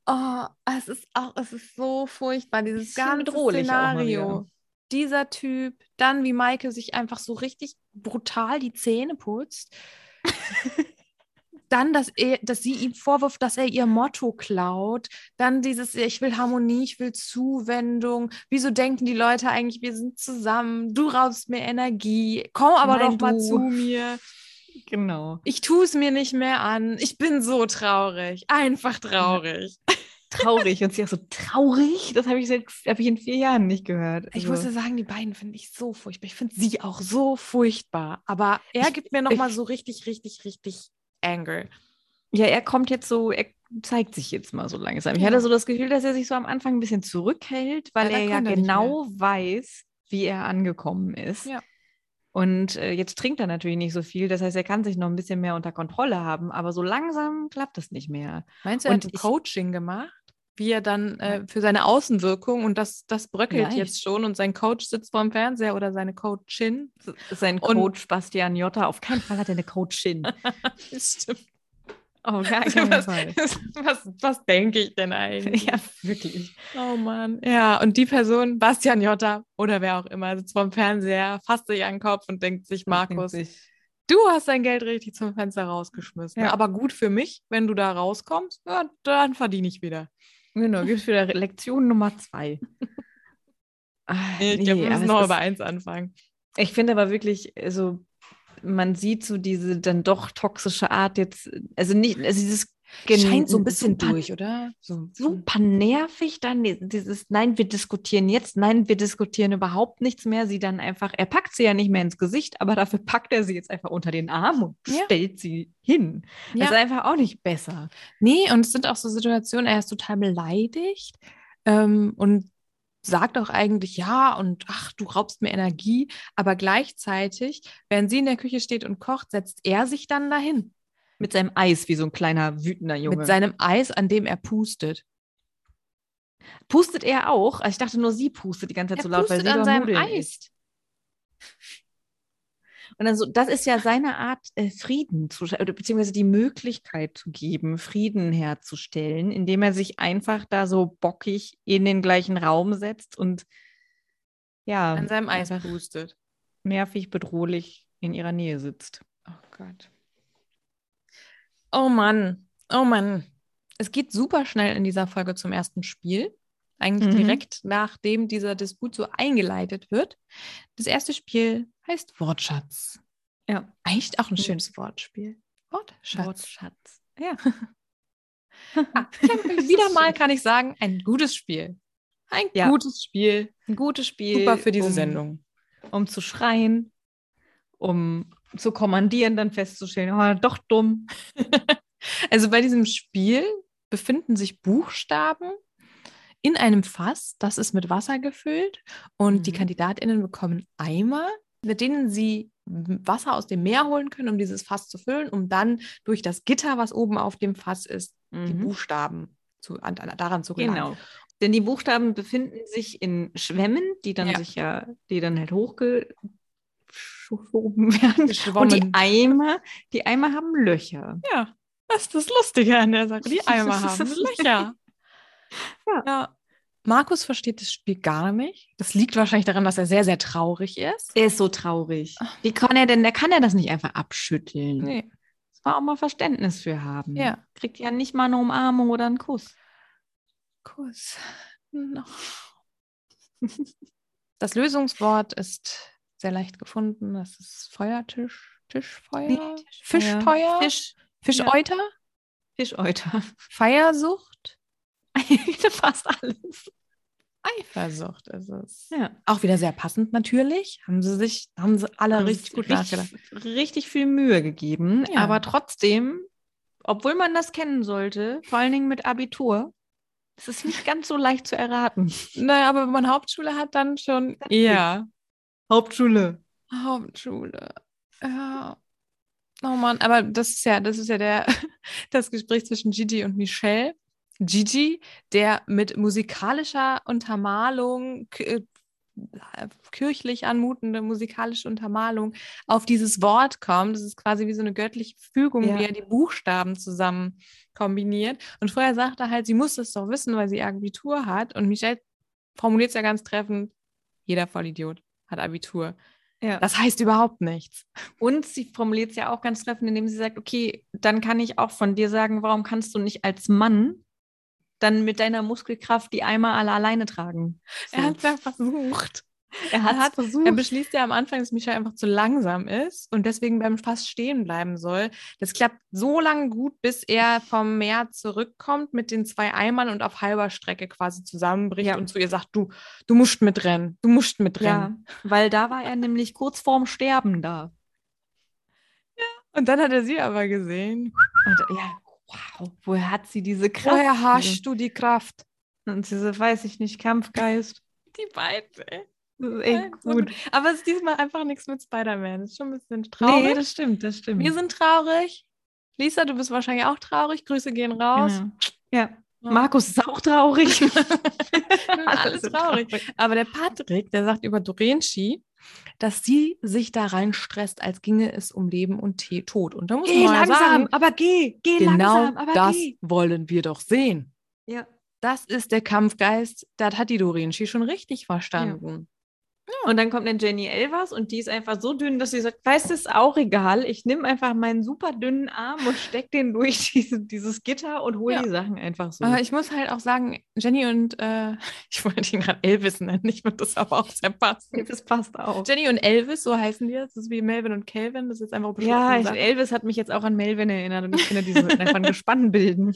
S1: Oh, es ist auch, es ist so furchtbar, dieses
S2: Bisschen
S1: ganze
S2: bedrohlich auch mal wieder.
S1: Szenario. Dieser Typ, dann wie Maike sich einfach so richtig brutal die Zähne putzt. dann, dass, er, dass sie ihm vorwirft, dass er ihr Motto klaut. Dann dieses, ich will Harmonie, ich will Zuwendung. Wieso denken die Leute eigentlich, wir sind zusammen? Du raubst mir Energie. Komm aber
S2: Nein,
S1: doch mal
S2: du.
S1: zu mir.
S2: Genau.
S1: Ich tue es mir nicht mehr an. Ich bin so traurig. Einfach traurig.
S2: traurig. Und sie auch so traurig, das habe ich seit habe ich in vier Jahren nicht gehört.
S1: Ich muss
S2: Also,
S1: ja sagen, die beiden finde ich so furchtbar. Ich finde sie auch so furchtbar. Aber er
S2: Ich-
S1: gibt mir nochmal
S2: ich-
S1: so richtig, richtig, richtig Anger.
S2: ja, er kommt jetzt so, er zeigt sich jetzt mal so langsam. Ich
S1: Ja.
S2: hatte so das Gefühl, dass er sich so am Anfang ein bisschen zurückhält, weil
S1: Ja, da
S2: er ja
S1: kann er nicht
S2: genau weiß, wie er angekommen ist.
S1: Ja.
S2: Und äh, jetzt trinkt er natürlich nicht so viel. Das heißt, er kann sich noch ein bisschen mehr unter Kontrolle haben, aber so langsam klappt das nicht mehr.
S1: Meinst
S2: du, er hat ein
S1: Coaching gemacht? Wie er dann
S2: äh,
S1: für seine Außenwirkung und das, das bröckelt
S2: Vielleicht.
S1: jetzt schon und sein Coach sitzt vorm Fernseher oder seine Coachin.
S2: Sein
S1: Und-
S2: Coach Bastian Jotta, auf keinen Fall hat er eine Coachin.
S1: Stimmt.
S2: Auf gar
S1: Was-
S2: Fall.
S1: Was, was denke ich denn eigentlich?
S2: Ja, wirklich.
S1: Oh Mann. Ja, und die Person, Bastian Jotta oder wer auch immer, sitzt vorm Fernseher, fasst sich an den Kopf und denkt sich, Markus, du hast dein Geld richtig zum Fenster rausgeschmissen.
S2: Ja.
S1: Aber gut für mich, wenn du da rauskommst, ja, dann verdiene ich wieder.
S2: Genau, gibt es wieder Lektion Nummer zwei. Ah,
S1: Nee, ich glaube,
S2: nee,
S1: wir
S2: aber
S1: müssen
S2: es
S1: nochmal
S2: ist-
S1: bei eins anfangen.
S2: ich finde aber wirklich, also man sieht so diese dann doch toxische Art jetzt, also nicht, also dieses gen- super,
S1: oder? So,
S2: Super nervig dann die- dieses Nein, wir diskutieren jetzt, nein, wir diskutieren überhaupt nichts mehr. Sie dann einfach, er packt sie ja nicht mehr ins Gesicht, aber dafür packt er sie jetzt einfach unter den Arm und
S1: Ja.
S2: stellt sie hin.
S1: Ja.
S2: Das ist einfach auch nicht besser.
S1: Nee, und es sind auch so Situationen, er ist total beleidigt ähm, und sagt auch eigentlich, ja, und ach, du raubst mir Energie. Aber gleichzeitig, während sie in der Küche steht und kocht, setzt er sich dann dahin
S2: Mit seinem Eis wie so ein kleiner wütender Junge.
S1: mit seinem Eis, an dem er pustet.
S2: Pustet er auch? Also ich dachte nur, sie pustet die ganze Zeit
S1: Er
S2: so laut, weil
S1: pustet
S2: sie
S1: an
S2: doch
S1: seinem
S2: Nudeln
S1: Eis.
S2: isst. Und dann so, das ist ja seine Art, äh, Frieden zu sch- oder beziehungsweise die Möglichkeit zu geben, Frieden herzustellen, indem er sich einfach da so bockig in den gleichen Raum setzt und ja,
S1: An seinem Eis
S2: einfach
S1: pustet.
S2: nervig bedrohlich in ihrer Nähe sitzt.
S1: Oh Gott. Oh Mann, oh Mann. Es geht super schnell in dieser Folge zum ersten Spiel. Eigentlich
S2: Mhm.
S1: direkt nachdem dieser Disput so eingeleitet wird. Das erste Spiel heißt Wortschatz.
S2: Ja.
S1: Eigentlich auch ein
S2: Mhm.
S1: schönes Wortspiel. Wortschatz.
S2: Wortschatz. Ja.
S1: Ah, wieder mal kann ich sagen, ein gutes Spiel. Ein
S2: Ja.
S1: gutes Spiel.
S2: ein gutes Spiel.
S1: Super für diese
S2: um-
S1: Sendung.
S2: um zu schreien, um zu kommandieren, dann festzustellen, oh, doch dumm.
S1: Also bei diesem Spiel befinden sich Buchstaben in einem Fass, das ist mit Wasser gefüllt und
S2: Mhm.
S1: die Kandidatinnen bekommen Eimer, mit denen sie Wasser aus dem Meer holen können, um dieses Fass zu füllen, um dann durch das Gitter, was oben auf dem Fass ist, die
S2: Mhm.
S1: Buchstaben zu, an, daran zu gelangen.
S2: Genau. Denn die Buchstaben befinden sich in Schwämmen, die dann
S1: Ja.
S2: sich ja, die dann halt hochgeschoben werden. Und die
S1: Geschwommen.
S2: Eimer, die Eimer haben Löcher.
S1: Ja, das ist das Lustige an der Sache. Die Eimer haben Löcher.
S2: Ja.
S1: Markus versteht das Spiel gar nicht. Das liegt wahrscheinlich daran, dass er sehr, sehr traurig ist.
S2: Er ist so traurig. Wie kann er denn, da kann er das nicht einfach abschütteln.
S1: Nee.
S2: Muss man auch mal Verständnis für haben.
S1: Ja.
S2: Kriegt ja nicht mal eine Umarmung oder einen Kuss.
S1: Kuss. No. Das Lösungswort ist sehr leicht gefunden. Das ist Feuertisch, Tischfeuer,
S2: Nee,
S1: Fischfeuer,
S2: Fisch,
S1: Fischeuter,
S2: Fischeuter.
S1: Feiersucht,
S2: Fast alles.
S1: Eifersucht ist es.
S2: Ja.
S1: Auch wieder sehr passend natürlich. Haben sie sich, haben sie alle
S2: Haben
S1: richtig
S2: sich
S1: gut nachgedacht.
S2: Hm, richtig, richtig viel Mühe gegeben.
S1: Ja.
S2: Aber trotzdem, obwohl man das kennen sollte, vor allen Dingen mit Abitur, es ist nicht ganz so leicht zu erraten.
S1: Naja, aber wenn man Hauptschule hat, dann schon
S2: Dann
S1: eher.
S2: Hauptschule.
S1: Hauptschule. Ja. Oh Mann, aber das ist ja, das ist ja der, das Gespräch zwischen Gigi und Michelle. Gigi, der mit musikalischer Untermalung, k- äh, kirchlich anmutende musikalische Untermalung auf dieses Wort kommt. Das ist quasi wie so eine göttliche Fügung,
S2: Ja.
S1: wie er die Buchstaben zusammen kombiniert. Und vorher sagt er halt, sie muss es doch wissen, weil sie Abitur hat. Und Michelle formuliert es ja ganz treffend, jeder Vollidiot hat Abitur.
S2: Ja.
S1: Das heißt überhaupt nichts.
S2: Und sie formuliert es ja auch ganz treffend, indem sie sagt, okay, dann kann ich auch von dir sagen, warum kannst du nicht als Mann dann mit deiner Muskelkraft die Eimer alle alleine tragen?
S1: Er hat es ja versucht.
S2: er
S1: er hat-
S2: versucht.
S1: Er beschließt ja am Anfang, dass Michael einfach zu langsam ist und deswegen beim Fass stehen bleiben soll. Das klappt so lange gut, bis er vom Meer zurückkommt mit den zwei Eimern und auf halber Strecke quasi zusammenbricht
S2: Ja.
S1: und zu ihr sagt, du, du musst mitrennen, du musst
S2: ja,
S1: mitrennen.
S2: weil da war er nämlich kurz vorm Sterben da.
S1: Und dann hat er sie aber gesehen.
S2: Und, ja, wow, woher hat sie diese Kraft?
S1: Woher hast du die Kraft?
S2: Und diese, weiß ich nicht, Kampfgeist. äh,
S1: Die beiden. ey.
S2: Das ist
S1: Ja, so gut. Aber es ist diesmal einfach nichts mit Spider-Man. Ist schon ein bisschen traurig.
S2: Nee, das stimmt, das stimmt.
S1: Wir sind traurig. Lisa, du bist wahrscheinlich auch traurig. Grüße gehen raus.
S2: genau. Ja,
S1: Ja.
S2: Markus ist auch traurig.
S1: Alles
S2: sind
S1: traurig. Aber der Patrick, der sagt über Dorenchi, dass sie sich da rein stresst, als ginge es um Leben und Te- Tod. Und da muss
S2: Geh
S1: man mal
S2: langsam,
S1: sagen,
S2: aber geh, geh
S1: genau
S2: langsam, aber
S1: das
S2: geh.
S1: wollen wir doch sehen.
S2: Ja.
S1: Das ist der Kampfgeist. Das hat die Dorenchi schon richtig verstanden.
S2: Und dann kommt dann Jenny Elvers und die ist einfach so dünn, dass sie sagt, weißt du, ist auch egal. Ich nehme einfach meinen super dünnen Arm und steck den durch diese, dieses Gitter und hole
S1: Ja.
S2: die Sachen einfach so.
S1: Aber ich muss halt auch sagen, Jenny und äh, ich wollte ihn gerade Elvis nennen, ich finde das aber auch sehr passend.
S2: das passt auch.
S1: Jenny und Elvis, so heißen die. Das ist wie Melvin und Calvin. Das ist jetzt einfach
S2: Ja,
S1: beschlossene
S2: ich,
S1: Sache.
S2: Elvis hat mich jetzt auch an Melvin erinnert und ich finde, die sollten einfach ein Gespann bilden.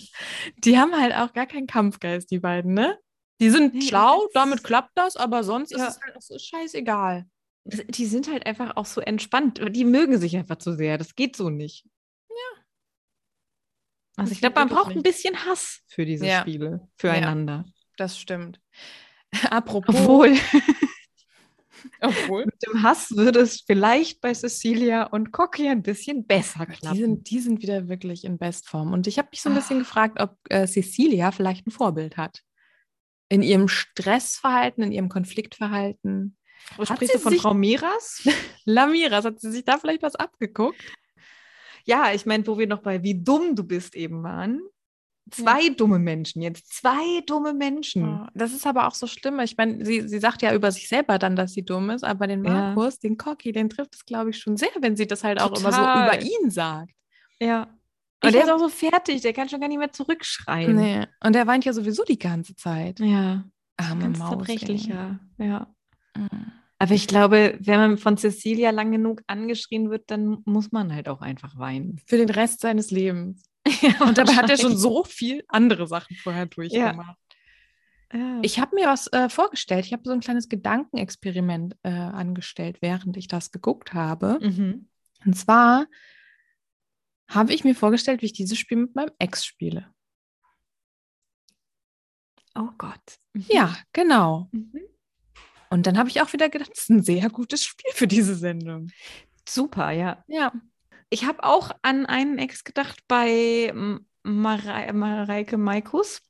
S1: Die haben halt auch gar keinen Kampfgeist, die beiden, ne? Die sind
S2: Nee,
S1: schlau,
S2: das-
S1: damit klappt das, aber sonst
S2: Ja.
S1: ist es halt auch so scheißegal.
S2: Die sind halt einfach auch so entspannt. Die mögen sich einfach zu sehr. Das geht so nicht. Ja. Also
S1: Das
S2: ich glaube,
S1: geht
S2: man
S1: wirklich
S2: braucht ein
S1: nicht.
S2: bisschen Hass für diese
S1: Ja.
S2: Spiele, füreinander.
S1: Das stimmt. Apropos.
S2: Obwohl,
S1: obwohl
S2: mit dem Hass würde es vielleicht bei Cecilia und Cocky ein bisschen besser
S1: die,
S2: klappen. Ah.
S1: sind, die sind wieder wirklich in Bestform. Und ich habe mich so ein bisschen gefragt, ob äh, Cecilia vielleicht ein Vorbild hat. In ihrem Stressverhalten, in ihrem Konfliktverhalten.
S2: Was
S1: Hat
S2: sprichst
S1: sie
S2: du von
S1: sich-
S2: Frau Miras?
S1: Lamiras, hat sie sich da vielleicht was abgeguckt?
S2: ja, ich meine, wo wir noch bei wie dumm du bist eben waren. Zwei dumme Menschen jetzt. Zwei dumme Menschen.
S1: Ja, Ah, Das ist aber auch so schlimm. Ich meine, sie, sie sagt ja über sich selber dann, dass sie dumm ist, aber den
S2: Ja.
S1: Markus, den Cocky, den trifft es, glaube ich, schon sehr, wenn sie das halt auch immer so
S2: Total.
S1: über ihn sagt.
S2: Ja.
S1: Und
S2: Und
S1: der-
S2: der ist auch so fertig, der kann schon gar nicht mehr zurückschreien.
S1: Nee. Und er weint ja sowieso die ganze Zeit.
S2: Ja,
S1: Arme
S2: ganz
S1: Maus, ey.
S2: zerbrechlicher. Ja.
S1: Mhm.
S2: Aber ich glaube, wenn man von Cecilia lang genug angeschrien wird, dann muss man halt auch einfach weinen.
S1: Für den Rest seines Lebens. Und dabei hat er schon so viel andere Sachen vorher durchgemacht.
S2: Ja.
S1: Ich habe mir was äh, vorgestellt. Ich habe so ein kleines Gedankenexperiment äh, angestellt, während ich das geguckt habe.
S2: mhm.
S1: Und zwar habe ich mir vorgestellt, wie ich dieses Spiel mit meinem Ex spiele.
S2: Oh Gott. Mhm.
S1: Ja, genau.
S2: Mhm.
S1: Und dann habe ich auch wieder gedacht, das ist ein sehr gutes Spiel für diese Sendung.
S2: Super, ja.
S1: Ja.
S2: Ich habe auch an einen Ex gedacht bei ähm, Marei Mareike Maikus,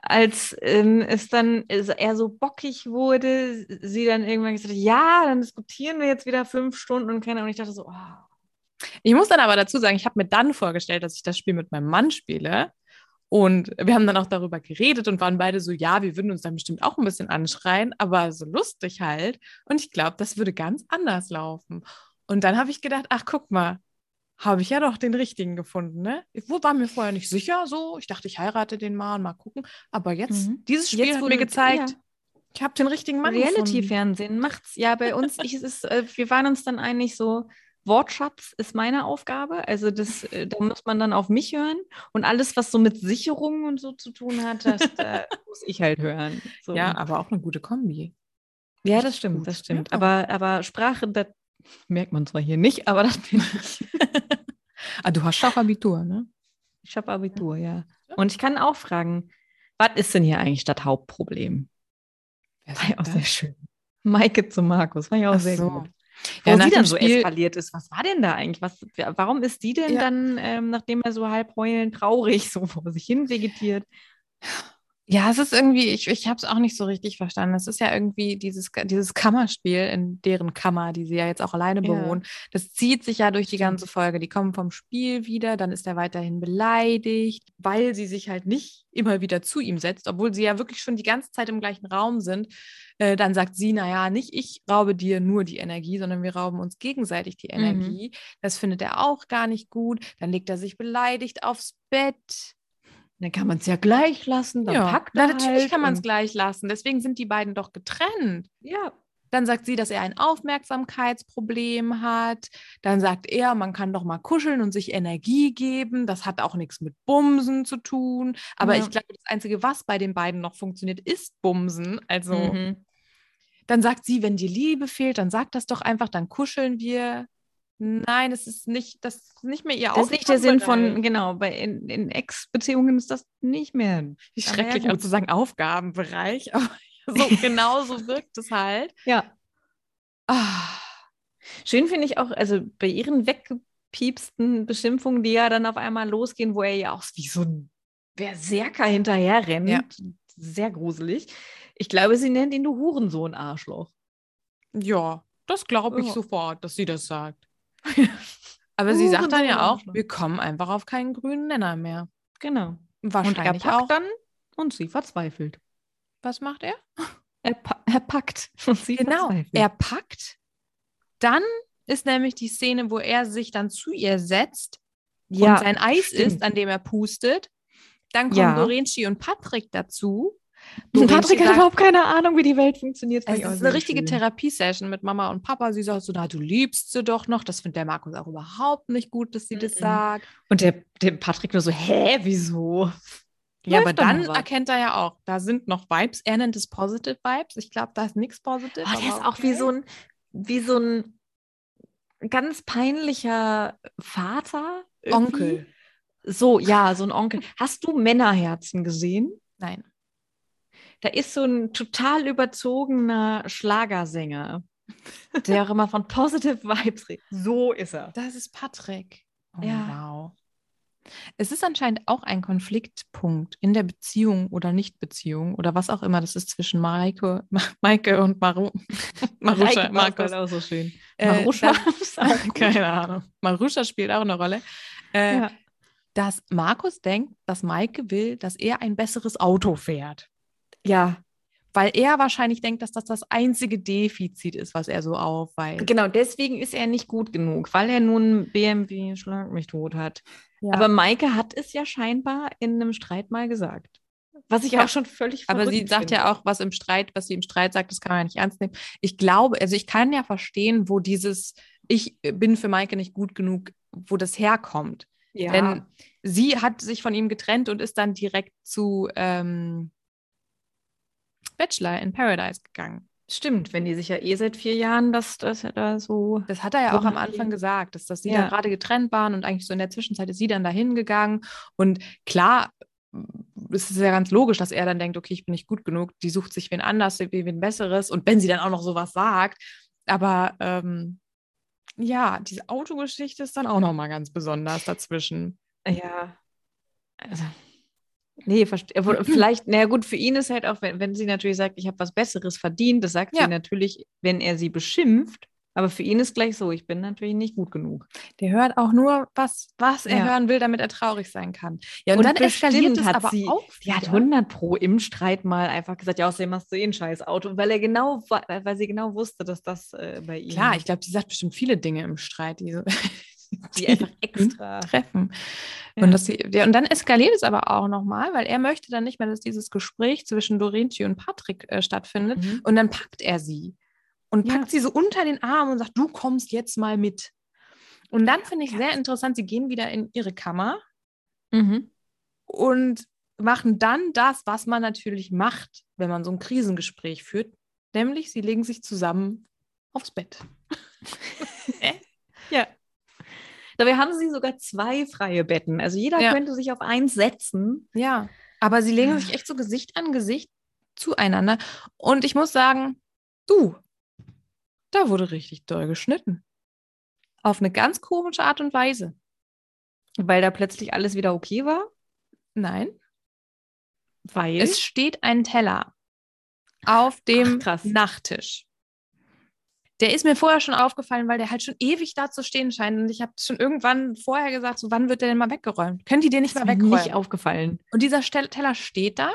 S2: als ähm, es dann es- er so bockig wurde, sie dann irgendwann gesagt hat, ja, dann diskutieren wir jetzt wieder fünf Stunden und keine Ahnung. Ich dachte so, oh,
S1: Ich muss dann aber dazu sagen, ich habe mir dann vorgestellt, dass ich das Spiel mit meinem Mann spiele. Und wir haben dann auch darüber geredet und waren beide so, ja, wir würden uns dann bestimmt auch ein bisschen anschreien, aber so lustig halt. Und ich glaube, das würde ganz anders laufen. Und dann habe ich gedacht, ach, guck mal, habe ich ja doch den richtigen gefunden, ne? Ich wo- war mir vorher nicht sicher, so. Ich dachte, ich heirate den mal und mal gucken. Aber jetzt,
S2: Mhm.
S1: dieses Spiel
S2: Jetzt
S1: hat
S2: wurde-
S1: mir gezeigt,
S2: ja.
S1: ich habe den richtigen Mann gefunden.
S2: Reality-Fernsehen macht's. Ja, bei uns, ich, es ist, äh, wir waren uns dann einig so, Wortschatz ist meine Aufgabe. Also das, äh, da muss man dann auf mich hören. Und alles, was so mit Sicherungen und so zu tun hat, das äh, muss ich halt hören. So.
S1: Ja, aber auch eine gute Kombi.
S2: Ja,
S1: Richtig
S2: das stimmt,
S1: gut.
S2: das stimmt.
S1: Ja.
S2: Aber, aber Sprache, das merkt man zwar hier nicht, aber das bin ich.
S1: Ah, du hast auch Abitur, ne?
S2: Ich habe Abitur, ja. Und ich kann auch fragen, was ist denn hier eigentlich das Hauptproblem?
S1: Wer
S2: War ja auch
S1: sagt
S2: sehr
S1: das?
S2: schön. Maike zu Markus, war ja auch
S1: Ach
S2: sehr
S1: so.
S2: gut. Wo
S1: Ja, nach
S2: sie
S1: dem
S2: dann so
S1: Spiel-
S2: eskaliert ist, was war denn da eigentlich? Was, warum ist die denn
S1: Ja.
S2: dann, ähm, nachdem er so halb heulend traurig so vor sich hin vegetiert?
S1: Ja, es ist irgendwie, ich, ich habe es auch nicht so richtig verstanden. Es ist ja irgendwie dieses, dieses Kammerspiel in deren Kammer, die sie ja jetzt auch alleine
S2: Ja.
S1: bewohnen. Das zieht sich ja durch die
S2: Stimmt.
S1: ganze Folge. Die kommen vom Spiel wieder, dann ist er weiterhin beleidigt, weil sie sich halt nicht immer wieder zu ihm setzt, obwohl sie ja wirklich schon die ganze Zeit im gleichen Raum sind. Äh, dann sagt sie, naja, nicht ich raube dir nur die Energie, sondern wir rauben uns gegenseitig
S2: Mhm.
S1: die Energie. Das findet er auch gar nicht gut. Dann legt er sich beleidigt aufs Bett.
S2: Dann kann man es ja gleich lassen, dann
S1: Ja,
S2: packt
S1: na,
S2: er
S1: natürlich
S2: halt
S1: kann man es
S2: und-
S1: gleich lassen. Deswegen sind die beiden doch getrennt.
S2: Ja,
S1: Dann sagt sie, dass er ein Aufmerksamkeitsproblem hat. Dann sagt er, man kann doch mal kuscheln und sich Energie geben. Das hat auch nichts mit Bumsen zu tun. Aber
S2: Ja.
S1: ich glaube, das Einzige, was bei den beiden noch funktioniert, ist Bumsen. Also
S2: so.
S1: dann sagt sie, wenn dir Liebe fehlt, dann sag das doch einfach, dann kuscheln wir. Nein, es ist nicht, das ist nicht mehr ihr
S2: Das ist nicht der Sinn von,
S1: Aufgabenbereich.
S2: genau, bei in, in Ex-Beziehungen ist das nicht mehr.
S1: Wie
S2: Aber ja,
S1: schrecklich auch
S2: gut.
S1: zu sagen, Aufgabenbereich. Aber so, genau so wirkt es halt.
S2: Ja.
S1: Ah,
S2: Schön finde ich auch, also bei ihren weggepiepsten Beschimpfungen, die ja dann auf einmal losgehen, wo er ja auch wie so ein Berserker hinterher rennt.
S1: Ja.
S2: Sehr gruselig. Ich glaube, sie nennt ihn du Hurensohn Arschloch.
S1: ja, das glaube ich
S2: Ja.
S1: sofort, dass sie das sagt. Oh, genau. Aber sie sagt dann ja auch, wir kommen einfach auf keinen grünen Nenner mehr.
S2: Genau. Und er
S1: Wahrscheinlich
S2: packt
S1: auch.
S2: dann und sie verzweifelt.
S1: Was macht er?
S2: Er, pa er packt und sie
S1: Genau,
S2: verzweifelt.
S1: er packt. Dann ist nämlich die Szene, wo er sich dann zu ihr setzt und sein Eis
S2: stimmt.
S1: isst, an dem er pustet. Dann kommen
S2: Ja.
S1: Lorenzi und Patrick dazu. Lorenzi
S2: Patrick hat
S1: sagt, oh,
S2: überhaupt keine Ahnung, wie die Welt funktioniert.
S1: Es
S2: Fand ich auch
S1: ist
S2: sehr
S1: eine richtige
S2: schön.
S1: Therapiesession mit Mama und Papa. Sie sagt so, na, du liebst sie doch noch. Das findet der Markus auch überhaupt nicht gut, dass sie das
S2: Mhm.
S1: sagt.
S2: Und der, der Patrick nur so, hä, wieso?
S1: Ja,
S2: Läuft
S1: aber
S2: doch
S1: dann
S2: noch was.
S1: erkennt er ja auch, da sind noch Vibes. Er nennt es Positive Vibes. Ich glaube, da ist nichts Positive.
S2: Oh, der
S1: aber
S2: ist auch wie
S1: okay.
S2: so ein, wie so ein ganz peinlicher Vater. irgendwie.
S1: Onkel.
S2: So, ja, so ein Onkel. Hast du Männerherzen gesehen?
S1: Nein.
S2: Da ist so ein total überzogener Schlagersänger, der auch immer von Positive Vibes redet. So ist er.
S1: Das ist Patrick. Oh,
S2: Ja.
S1: Wow. Es ist anscheinend auch ein Konfliktpunkt in der Beziehung oder Nichtbeziehung oder was auch immer das ist zwischen Mareike, Ma Maike und Maru Marusha,
S2: Mareike macht
S1: Markus.
S2: das halt auch so schön.
S1: Äh,
S2: Marusha
S1: das-
S2: ist auch gut.
S1: Keine Ahnung. Marusha spielt auch eine Rolle. Äh,
S2: Ja.
S1: Dass Markus denkt, dass Maike will, dass er ein besseres Auto fährt.
S2: ja,
S1: Weil er wahrscheinlich denkt, dass das das einzige Defizit ist, was er so aufweist.
S2: genau. Deswegen ist er nicht gut genug, weil er nun BMW Schlag mich tot hat.
S1: Ja.
S2: Aber Maike hat es ja scheinbar in einem Streit mal gesagt. Was ich
S1: Ja.
S2: auch schon völlig
S1: Aber sie
S2: verrückt
S1: sagt ja auch, was im Streit, was sie im Streit sagt, das kann man ja nicht ernst nehmen. Ich glaube, also ich kann ja verstehen, wo dieses Ich bin für Maike nicht gut genug, wo das herkommt.
S2: finde. ja.
S1: Denn sie hat sich von ihm getrennt und ist dann direkt zu ähm, Bachelor in Paradise gegangen.
S2: stimmt, wenn die sich ja eh seit vier Jahren das, das da so.
S1: Das hat er ja
S2: So
S1: auch am
S2: nach dem-
S1: Anfang gesagt, dass, dass sie
S2: Ja.
S1: da gerade getrennt waren und eigentlich so in der Zwischenzeit ist sie dann dahin gegangen. Und klar
S2: es ist ja ganz logisch, dass er dann denkt, okay, ich bin nicht gut genug, die sucht sich wen anders, wen Besseres. Und wenn sie dann auch noch sowas sagt, aber ähm, ja, diese Autogeschichte ist dann auch nochmal ganz besonders dazwischen. Ja. Also, nee, verstehe. Vielleicht, naja, gut, für ihn ist halt auch, wenn, wenn sie natürlich sagt, ich habe was Besseres verdient, das sagt
S1: Ja.
S2: sie natürlich, wenn er sie beschimpft. Aber für ihn ist gleich so, ich bin natürlich nicht gut genug.
S1: Der hört auch nur, was, was er
S2: Ja.
S1: hören will, damit er traurig sein kann. Ja, und,
S2: Und
S1: dann eskaliert
S2: bestimmt
S1: es
S2: hat
S1: aber
S2: sie-
S1: auch.
S2: Die hat
S1: wieder.
S2: 100 Pro im Streit mal einfach gesagt, ja, außerdem hast du eh ein scheiß Auto, weil er genau, wa- weil sie genau wusste, dass das äh, bei ihm
S1: Klar, ich glaube, die sagt bestimmt viele Dinge im Streit, die, so,
S2: die einfach extra.
S1: treffen.
S2: Ja.
S1: Und, dass sie, ja, und dann eskaliert es aber auch nochmal, weil er möchte dann nicht mehr, dass dieses Gespräch zwischen Dorinci und Patrick äh, stattfindet.
S2: Mhm.
S1: Und dann packt er sie und
S2: Ja.
S1: packt sie so unter den Arm und sagt, du kommst jetzt mal mit. Und dann finde ich sehr interessant, sie gehen wieder in ihre Kammer
S2: Mhm.
S1: und machen dann das, was man natürlich macht, wenn man so ein Krisengespräch führt, nämlich sie legen sich zusammen aufs Bett.
S2: Ja. Dabei haben sie sogar zwei freie Betten. Also jeder
S1: Ja.
S2: könnte sich auf eins setzen.
S1: Ja, aber sie legen
S2: Ah.
S1: sich echt so Gesicht an Gesicht zueinander. Und ich muss sagen, du, da wurde richtig doll geschnitten. Auf eine ganz komische Art und Weise.
S2: Weil da plötzlich alles wieder okay war.
S1: Nein,
S2: Weil.
S1: es steht ein Teller auf dem
S2: Ach, krass.
S1: Nachttisch. Der ist mir vorher schon aufgefallen, weil der halt schon ewig da zu stehen scheint. Und ich habe schon irgendwann vorher gesagt, so wann wird der denn mal weggeräumt? Können die den nicht
S2: ist
S1: mal
S2: mir
S1: wegräumen?
S2: nicht aufgefallen.
S1: Und dieser Stel- Teller steht da.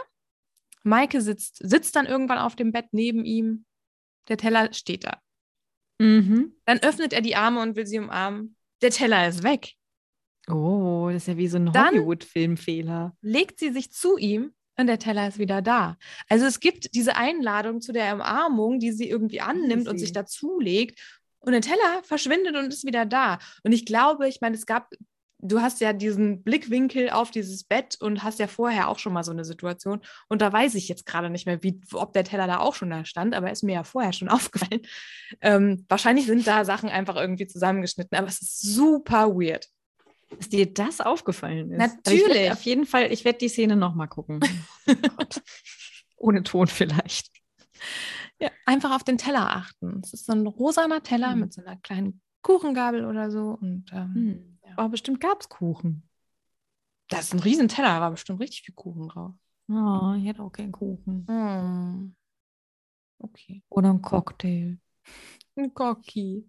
S1: Maike sitzt, sitzt dann irgendwann auf dem Bett neben ihm. Der Teller steht da.
S2: Mhm.
S1: Dann öffnet er die Arme und will sie umarmen. Der Teller ist weg.
S2: Oh, das ist ja wie so ein
S1: Dann-
S2: Hollywood-Filmfehler.
S1: Legt sie sich zu ihm und der Teller ist wieder da. Also es gibt diese Einladung zu der Umarmung, die sie irgendwie annimmt und
S2: Easy.
S1: sich dazulegt. Und der Teller verschwindet und ist wieder da. Und ich glaube, ich meine, es gab, du hast ja diesen Blickwinkel auf dieses Bett und hast ja vorher auch schon mal so eine Situation. Und da weiß ich jetzt gerade nicht mehr, wie, ob der Teller da auch schon da stand, aber ist mir ja vorher schon aufgefallen. Ähm, wahrscheinlich sind da Sachen einfach irgendwie zusammengeschnitten, aber es ist super weird.
S2: Dass dir das aufgefallen ist.
S1: Natürlich.
S2: Aber Ich werd auf jeden Fall, ich werde die Szene nochmal gucken. Oh Gott. Ohne Ton vielleicht.
S1: Einfach auf den Teller achten. Es ist so ein rosaner Teller
S2: Mhm.
S1: mit so einer kleinen Kuchengabel oder so. Und ähm,
S2: Ja. Aber bestimmt gab es Kuchen.
S1: das ist ein riesen Teller, war bestimmt richtig viel Kuchen drauf.
S2: Oh, ich hätte auch keinen Kuchen. Oh.
S1: Okay.
S2: Oder einen Cocktail.
S1: Ein Gorki.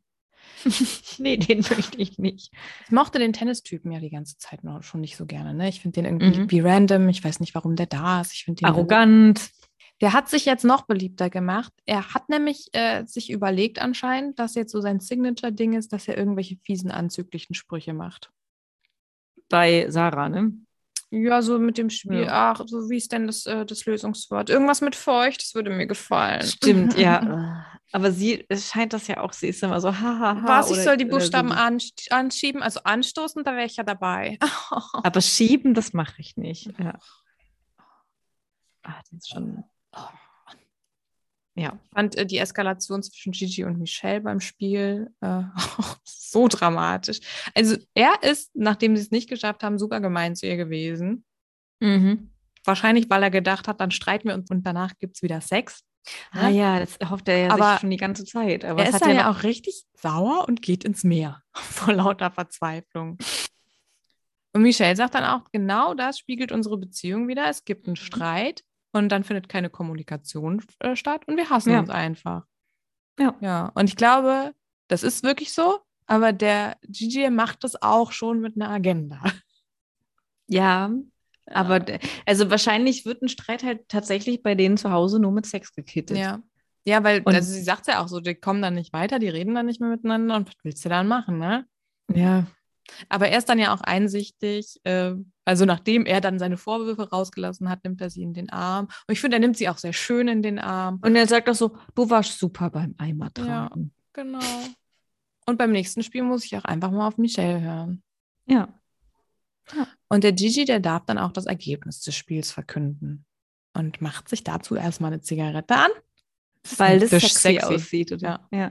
S2: nee, den möchte ich nicht.
S1: Ich mochte den Tennistypen ja die ganze Zeit noch schon nicht so gerne. Ne? Ich finde den irgendwie
S2: Mhm.
S1: wie random. Ich weiß nicht, warum der da ist. Ich finde den
S2: Arrogant.
S1: Der hat sich jetzt noch beliebter gemacht. Er hat nämlich äh, sich überlegt anscheinend, dass jetzt so sein Signature-Ding ist, dass er irgendwelche fiesen anzüglichen Sprüche macht.
S2: Bei Sarah, ne?
S1: Ja, so mit dem Spiel, ach, so wie ist denn das, äh, das Lösungswort? Irgendwas mit feucht, das würde mir gefallen.
S2: Stimmt, ja. Aber sie, es scheint das ja auch, sie ist immer so, hahaha.
S1: Was, ich
S2: oder-
S1: soll die
S2: oder
S1: Buchstaben
S2: so.
S1: ansch- anschieben, also anstoßen, da wäre ich ja dabei.
S2: Aber schieben, das mache ich nicht. Ja. Ah, das ist schon. Ja.
S1: fand äh, die Eskalation zwischen Gigi und Michelle beim Spiel äh, auch so dramatisch. Also er ist, nachdem sie es nicht geschafft haben, super gemein zu ihr gewesen.
S2: Mhm.
S1: Wahrscheinlich, weil er gedacht hat, dann streiten wir uns und danach gibt es wieder Sex.
S2: Ah ja, das hofft er ja
S1: Aber
S2: sich schon die ganze Zeit. Aber
S1: er ist
S2: es hat
S1: dann
S2: ja
S1: ja auch richtig sauer und geht ins Meer vor lauter Verzweiflung. Und Michelle sagt dann auch, genau das spiegelt unsere Beziehung wieder. Es gibt
S2: Mhm.
S1: einen Streit und dann findet keine Kommunikation äh, statt und wir hassen
S2: Ja.
S1: uns einfach.
S2: Ja.
S1: ja. Und ich glaube, das ist wirklich so, aber der Gigi macht das auch schon mit einer Agenda.
S2: Ja, aber d- also wahrscheinlich wird ein Streit halt tatsächlich bei denen zu Hause nur mit Sex gekittet.
S1: Ja. Ja, weil
S2: Und-
S1: also sie sagt ja auch so, die kommen dann nicht weiter, die reden dann nicht mehr miteinander und was willst du dann machen, ne?
S2: ja.
S1: Aber er ist dann ja auch einsichtig. Äh, also nachdem er dann seine Vorwürfe rausgelassen hat, nimmt er sie in den Arm. Und ich finde, er nimmt sie auch sehr schön in den Arm.
S2: Und er sagt auch so, du warst super beim Eimer
S1: Ja.
S2: tragen.
S1: Genau. Und beim nächsten Spiel muss ich auch einfach mal auf Michelle hören.
S2: Ja.
S1: Und der Gigi, der darf dann auch das Ergebnis des Spiels verkünden. Und macht sich dazu erstmal eine Zigarette an.
S2: Weil das halt
S1: das
S2: sexy,
S1: sexy.
S2: aussieht. Oder? Ja.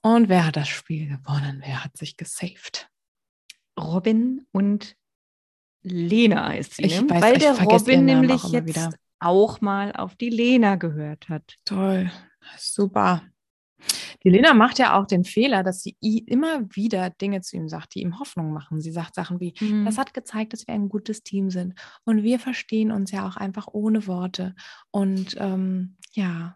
S1: Und wer hat das Spiel gewonnen? Wer hat sich gesaved?
S2: Robin und Lena heißt sie, ne?
S1: Ich weiß,
S2: weil
S1: ich
S2: der
S1: vergesse ihren
S2: Robin
S1: Namen
S2: nämlich
S1: auch immer
S2: jetzt
S1: wieder.
S2: auch mal auf die Lena gehört hat.
S1: Toll, super. Die Lena macht ja auch den Fehler, dass sie i- immer wieder Dinge zu ihm sagt, die ihm Hoffnung machen. Sie sagt Sachen wie,
S2: Mhm.
S1: das hat gezeigt, dass wir ein gutes Team sind. Und wir verstehen uns ja auch einfach ohne Worte. Und ähm, ja,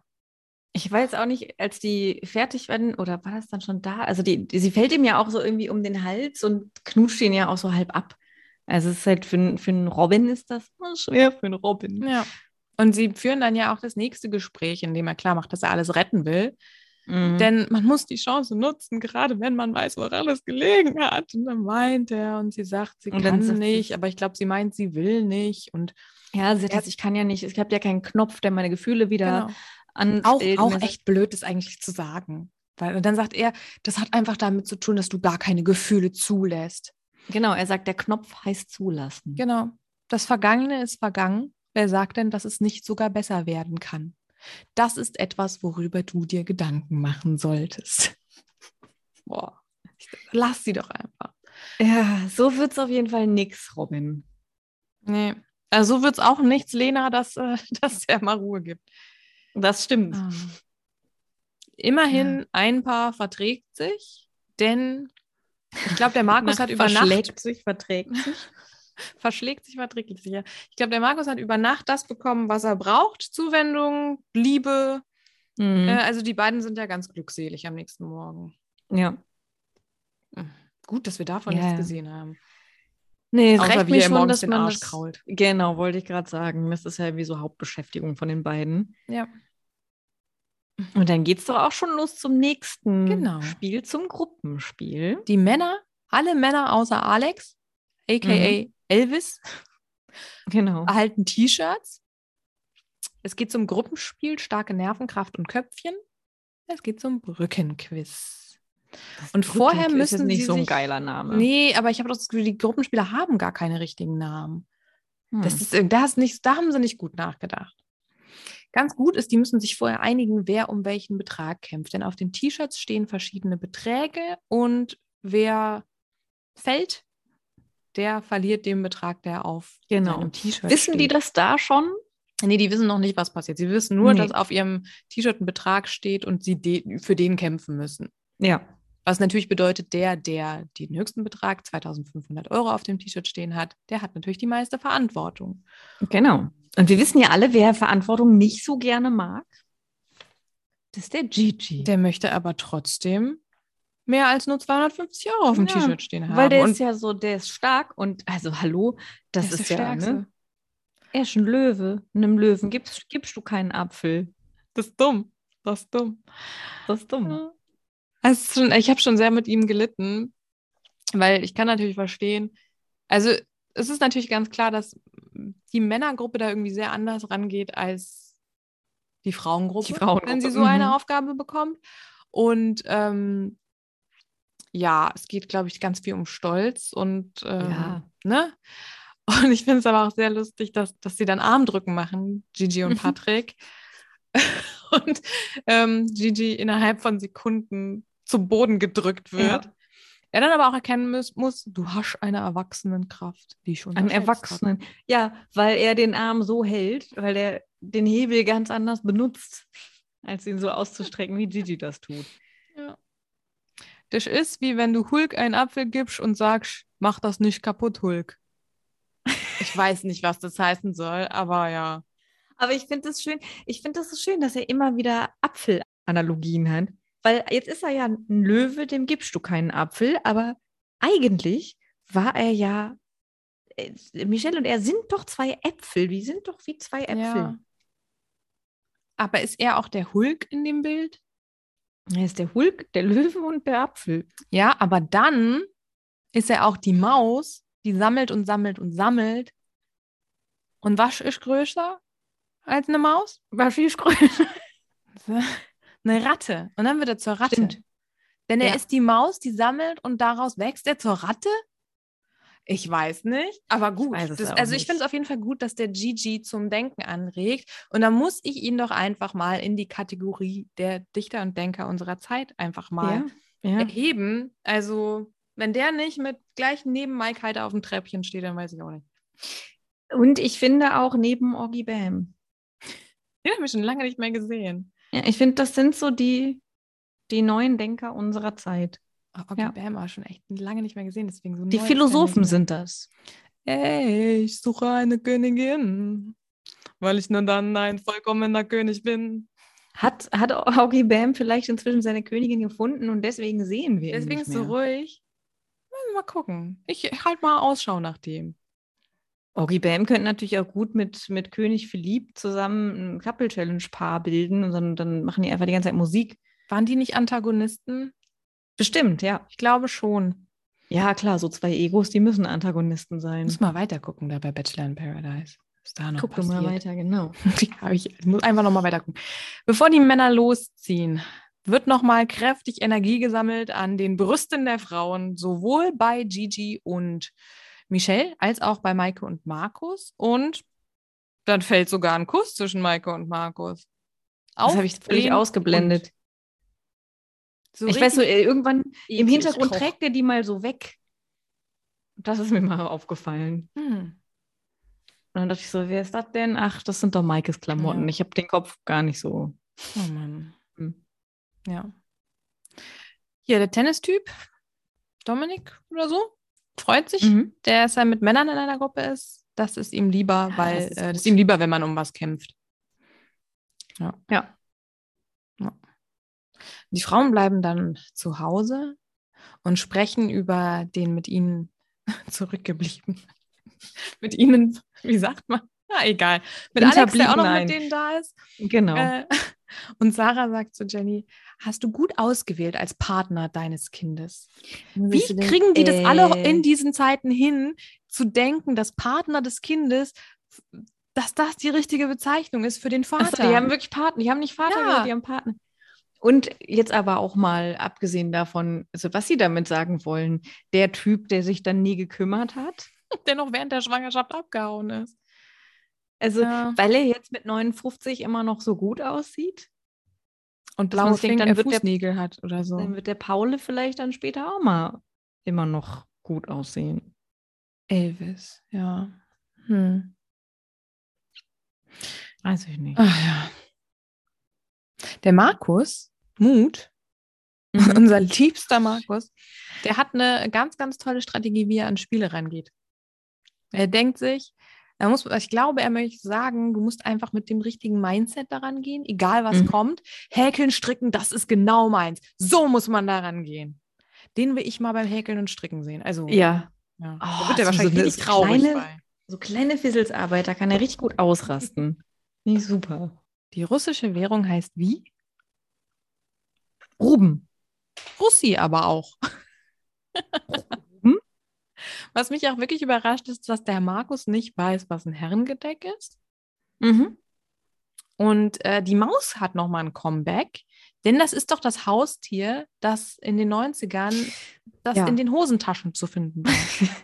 S2: Ich weiß auch nicht, als die fertig werden, oder war das dann schon da? Also die, die, sie fällt ihm ja auch so irgendwie um den Hals und knutscht ihn ja auch so halb ab. Also es ist halt für, n- für einen Robin ist das oh, schwer für einen Robin.
S1: ja. Und sie führen dann ja auch das nächste Gespräch, in dem er klar macht, dass er alles retten will.
S2: Mhm.
S1: Denn man muss die Chance nutzen, gerade wenn man weiß, woran es gelegen hat. Und dann weint er und sie sagt, sie
S2: Und dann
S1: kann
S2: sagt sie-
S1: nicht, aber ich glaube, sie meint, sie will nicht. Und
S2: ja, sie hat
S1: Ja.
S2: gesagt, ich kann ja nicht, ich habe ja keinen Knopf, der meine Gefühle wieder
S1: Genau. auch,
S2: anstellt. Und
S1: auch
S2: er sagt,
S1: echt blöd, das eigentlich zu sagen. Weil, und dann sagt er, das hat einfach damit zu tun, dass du gar keine Gefühle zulässt.
S2: Genau, er sagt, der Knopf heißt zulassen.
S1: Genau. Das Vergangene ist vergangen. Wer sagt denn, dass es nicht sogar besser werden kann? Das ist etwas, worüber du dir Gedanken machen solltest. Boah. Lass sie doch einfach.
S2: Ja, so wird es auf jeden Fall nix, Robin.
S1: Nee. Also so wird es auch nichts, Lena, dass, äh, dass er mal Ruhe gibt.
S2: Das stimmt.
S1: Ah. Immerhin ein Paar verträgt sich, denn ich glaube, der Markus hat über Nacht
S2: Verschlägt sich, verträgt.
S1: verschlägt sich, verträgt sich. Ja. Ich glaube, der Markus hat über Nacht das bekommen, was er braucht. Zuwendung, Liebe.
S2: Mhm.
S1: Äh, also die beiden sind ja ganz glückselig am nächsten Morgen.
S2: Ja.
S1: Gut, dass wir davon
S2: Ja,
S1: nichts
S2: ja.
S1: gesehen haben.
S2: Nee, es
S1: Außer
S2: reicht
S1: wie er
S2: mir schon,
S1: morgens
S2: dass
S1: den
S2: man
S1: Arsch
S2: das,
S1: krault.
S2: Genau, wollte ich gerade sagen. Das ist ja wie so Hauptbeschäftigung von den beiden.
S1: Ja.
S2: Und dann geht es doch auch schon los zum nächsten
S1: Genau.
S2: Spiel, zum Gruppenspiel.
S1: Die Männer, alle Männer außer Alex, aka Elvis,
S2: Genau.
S1: erhalten T-Shirts. Es geht zum Gruppenspiel, starke Nervenkraft und Köpfchen. Es geht zum Brückenquiz. und vorher
S2: Brückenquiz ist
S1: müssen
S2: nicht
S1: sie
S2: so ein
S1: sich-
S2: geiler Name.
S1: Nee, aber ich habe doch das Gefühl, die Gruppenspieler haben gar keine richtigen Namen.
S2: Hm.
S1: Das ist, äh, da, ist nicht, da haben sie nicht gut nachgedacht. Ganz gut ist, die müssen sich vorher einigen, wer um welchen Betrag kämpft. Denn auf den T-Shirts stehen verschiedene Beträge und wer fällt, der verliert den Betrag, der auf
S2: Genau.
S1: seinem T-Shirt
S2: Wissen die
S1: steht.
S2: das da schon?
S1: Nee, die wissen noch nicht, was passiert. Sie wissen nur,
S2: Nee.
S1: dass auf ihrem T-Shirt ein Betrag steht und sie de für den kämpfen müssen.
S2: Ja.
S1: Was natürlich bedeutet, der, der den höchsten Betrag, 2500 Euro auf dem T-Shirt stehen hat, der hat natürlich die meiste Verantwortung.
S2: Genau. Und wir wissen ja alle, wer Verantwortung nicht so gerne mag. Das ist der Gigi.
S1: Der möchte aber trotzdem mehr als nur 250 Euro auf dem
S2: Ja,
S1: T-Shirt stehen haben.
S2: Weil der
S1: und
S2: ist ja so, der ist stark und also hallo, das
S1: der
S2: ist,
S1: der
S2: ja,
S1: Stärkste.
S2: ne? er ist ein Löwe. Einem Löwen gibst, gibst du keinen Apfel.
S1: Das ist dumm. Das ist dumm.
S2: Das ist dumm.
S1: Ja. Also es ist schon, ich habe schon sehr mit ihm gelitten, weil ich kann natürlich verstehen, also es ist natürlich ganz klar, dass die Männergruppe da irgendwie sehr anders rangeht als die Frauengruppe,
S2: Die Frauengruppe,
S1: wenn sie so
S2: mhm.
S1: eine Aufgabe bekommt. Und ähm, ja, es geht, glaube ich, ganz viel um Stolz und ähm,
S2: Ja.
S1: ne? Und ich finde es aber auch sehr lustig, dass, dass sie dann Armdrücken machen, Gigi und
S2: Mhm.
S1: Patrick. und ähm, Gigi innerhalb von Sekunden zu Boden gedrückt wird. Er dann aber auch erkennen muss, muss du hast eine Erwachsenenkraft, die schon
S2: An Erwachsenen. Ja, weil er den Arm so hält, weil er den Hebel ganz anders benutzt, als ihn so auszustrecken, wie Gigi das tut.
S1: Das ist wie wenn du Hulk einen Apfel gibst und sagst, mach das nicht kaputt, Hulk. Ich weiß nicht, was das heißen soll, aber ja.
S2: Aber ich finde das schön, ich finde das so schön, dass er immer wieder Apfelanalogien hat. Weil jetzt ist er ja ein Löwe, dem gibst du keinen Apfel, aber eigentlich war er ja. äh, Michelle und er sind doch zwei Äpfel. Wir sind doch wie zwei
S1: ja.
S2: Äpfel.
S1: Aber ist er auch der Hulk in dem Bild?
S2: Er ist der Hulk, der Löwe und der Apfel.
S1: Ja, aber dann ist er auch die Maus, die sammelt und sammelt und sammelt. Und was ist größer als eine Maus?
S2: War viel größer.
S1: Eine Ratte. Und dann wird er zur Ratte.
S2: Stimmt.
S1: Denn er
S2: Ja.
S1: ist die Maus, die sammelt und daraus wächst er zur Ratte? Ich weiß nicht, aber gut.
S2: weiß es
S1: das,
S2: auch
S1: also ich
S2: nicht.
S1: finde es auf jeden Fall gut, dass der Gigi zum Denken anregt. Und da muss ich ihn doch einfach mal in die Kategorie der Dichter und Denker unserer Zeit einfach mal
S2: Ja. ja.
S1: erheben. Also, wenn der nicht mit gleich neben Mike Heider auf dem Treppchen steht, dann weiß ich auch nicht.
S2: Und ich finde auch neben Oggy Bam.
S1: Den haben wir schon lange nicht mehr gesehen.
S2: Ja, ich finde, das sind so die, die neuen Denker unserer Zeit.
S1: Oh, Oggy
S2: Ja.
S1: Bam auch schon echt lange nicht mehr gesehen, deswegen so
S2: Die
S1: neu ist der
S2: Philosophen
S1: nicht mehr.
S2: sind das.
S1: Ey, ich suche eine Königin, weil ich nur dann ein vollkommener König bin.
S2: Hat, hat Oggy Bam vielleicht inzwischen seine Königin gefunden und deswegen sehen wir ihn
S1: Deswegen
S2: nicht
S1: ist so
S2: mehr.
S1: ruhig. Mal gucken. Ich halt mal Ausschau nach dem.
S2: Oggy Bam könnte natürlich auch gut mit, mit König Philipp zusammen ein Couple-Challenge-Paar bilden und dann, dann machen die einfach die ganze Zeit Musik.
S1: Waren die nicht Antagonisten?
S2: Bestimmt, ja.
S1: Ich glaube schon.
S2: Ja, klar, so zwei Egos, die müssen Antagonisten
S1: Ich
S2: sein.
S1: muss mal weitergucken da bei Bachelor in Paradise. Ist da noch
S2: Guck doch
S1: passiert.
S2: mal weiter, genau.
S1: Hab ich, ich muss einfach nochmal weitergucken. Bevor die Männer losziehen, wird nochmal kräftig Energie gesammelt an den Brüsten der Frauen, sowohl bei Gigi und Michelle als auch bei Maike und Markus. Und dann fällt sogar ein Kuss zwischen Maike und Markus.
S2: Das
S1: Auf
S2: habe ich völlig
S1: den
S2: ausgeblendet.
S1: Mund. So
S2: ich weiß so,
S1: richtig
S2: äh, irgendwann im
S1: eklig
S2: Hintergrund
S1: Koch.
S2: trägt er die mal so weg. Das ist mir mal aufgefallen.
S1: Hm.
S2: Und dann dachte ich so, wer ist das denn? Ach, das sind doch Maikes Klamotten.
S1: Ja.
S2: Ich habe den Kopf gar nicht so.
S1: Oh Mann.
S2: Hm.
S1: Ja. Hier, der Tennistyp, Dominik oder so, freut sich,
S2: Mhm.
S1: der ist ja mit Männern in einer Gruppe ist. Das ist ihm lieber,
S2: Ja,
S1: weil das
S2: das ist
S1: ist, äh, das
S2: gut.
S1: ist ihm lieber, wenn man um was kämpft. Ja.
S2: Ja.
S1: Ja. Die Frauen bleiben dann zu Hause und sprechen über den mit ihnen zurückgeblieben. mit ihnen, wie sagt man? Na, egal. Mit Alex, der auch noch
S2: Hinterbliebenen.
S1: mit denen da ist.
S2: Genau.
S1: Äh, und Sarah sagt zu Jenny, hast du gut ausgewählt als Partner deines Kindes. Wie kriegen die das alle
S2: äh
S1: in diesen Zeiten hin, zu denken, dass Partner des Kindes, dass das die richtige Bezeichnung ist für den Vater?
S2: Vater. die haben wirklich Partner. Die haben nicht Vater,
S1: Ja.
S2: gesagt, die haben Partner. Und jetzt aber auch mal, abgesehen davon, also was sie damit sagen wollen, der Typ, der sich dann nie gekümmert hat.
S1: der noch während der Schwangerschaft abgehauen ist.
S2: Also, weil er jetzt mit 59 immer noch so gut aussieht,
S1: Und
S2: dass man
S1: blaue
S2: sich denkt,
S1: Fing
S2: dann
S1: äh,
S2: wird der- Äh,
S1: Fußnägel hat oder so.
S2: dann wird der Paule vielleicht dann später auch mal immer noch gut aussehen.
S1: Elvis, ja. Hm.
S2: Weiß ich nicht.
S1: Ach ja. Der Markus, Mut,
S2: Mhm.
S1: unser liebster Markus, der hat eine ganz, ganz tolle Strategie, wie er an Spiele rangeht. Er denkt sich, er muss, also ich glaube, er möchte sagen, du musst einfach mit dem richtigen Mindset daran gehen, egal was
S2: Mhm.
S1: kommt. Häkeln, stricken, das ist genau meins. So muss man daran gehen. Den will ich mal beim Häkeln und Stricken sehen. Also,
S2: Ja,
S1: ja.
S2: Oh,
S1: da wird er
S2: so- so
S1: wahrscheinlich
S2: eine-
S1: richtig
S2: so
S1: traurig
S2: kleine-
S1: bei.
S2: so kleine Fisselsarbeit, da kann er richtig gut ausrasten. Finde ich super.
S1: Die russische Währung heißt wie?
S2: Ruben.
S1: Russi aber auch.
S2: Hm?
S1: Was mich auch wirklich überrascht ist, dass der Markus nicht weiß, was ein Herrengedeck ist.
S2: Mhm.
S1: Und äh, die Maus hat nochmal ein Comeback, denn das ist doch das Haustier, das in den 90ern das
S2: Ja.
S1: in den Hosentaschen zu finden war.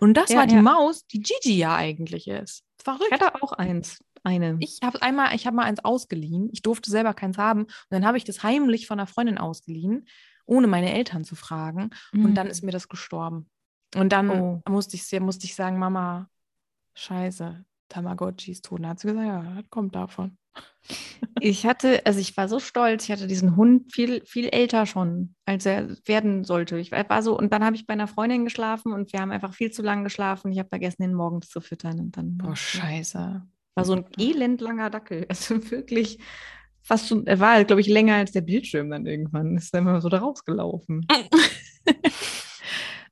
S1: Und das
S2: Ja,
S1: war die
S2: ja.
S1: Maus, die Gigi ja eigentlich ist.
S2: Ich
S1: Verrückt.
S2: hatte auch eins. Eine.
S1: Ich habe einmal, ich habe mal eins ausgeliehen. Ich durfte selber keins haben. Und dann habe ich das heimlich von einer Freundin ausgeliehen, ohne meine Eltern zu fragen.
S2: Mhm.
S1: Und dann ist mir das gestorben. Und dann
S2: Oh.
S1: musste, ich, sehr- musste ich sagen, Mama, scheiße, Tamagotchi ist tot. Und dann hat sie gesagt, ja, das kommt davon.
S2: Ich hatte, also ich war so stolz, ich hatte diesen Hund viel, viel älter schon, als er werden sollte. Ich war war so, und dann habe ich bei einer Freundin geschlafen und wir haben einfach viel zu lange geschlafen. Ich habe vergessen, ihn morgens zu füttern. Und dann
S1: Boah, scheiße.
S2: war so ein elendlanger Dackel. Also wirklich fast schon, er war, halt, glaube ich, länger als der Bildschirm dann irgendwann. Ist dann immer so da rausgelaufen.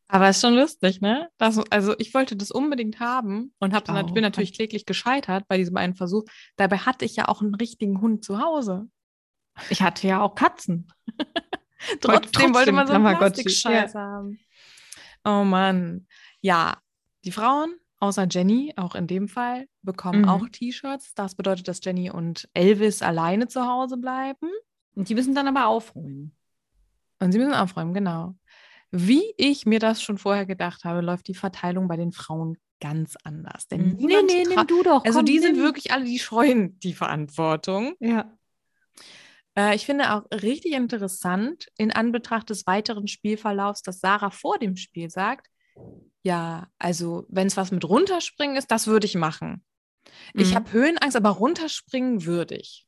S1: Aber ist schon lustig, ne? Das, also ich wollte das unbedingt haben und hab dann,
S2: Auch.
S1: bin natürlich kläglich gescheitert bei diesem einen Versuch. Dabei hatte ich ja auch einen richtigen Hund zu Hause.
S2: Ich hatte ja auch Katzen.
S1: Trotzdem wollte man so einen
S2: Tamagotchi.
S1: Plastikscheiß haben. Oh Mann. Ja, die Frauen, außer Jenny, auch in dem Fall, bekommen
S2: Mhm.
S1: auch T-Shirts. Das bedeutet, dass Jenny und Elvis alleine zu Hause bleiben.
S2: Und die müssen dann aber aufräumen.
S1: Und sie müssen aufräumen, genau. Wie ich mir das schon vorher gedacht habe, läuft die Verteilung bei den Frauen ganz anders.
S2: Mhm.
S1: Denn niemand tra-
S2: du doch.
S1: also die sind wirklich alle, die scheuen die Verantwortung.
S2: Ja.
S1: Äh, ich finde auch richtig interessant in Anbetracht des weiteren Spielverlaufs, dass Sarah vor dem Spiel sagt, ja, also wenn es was mit runterspringen ist, das würde ich machen. Ich
S2: Mhm.
S1: habe Höhenangst, aber runterspringen würde ich.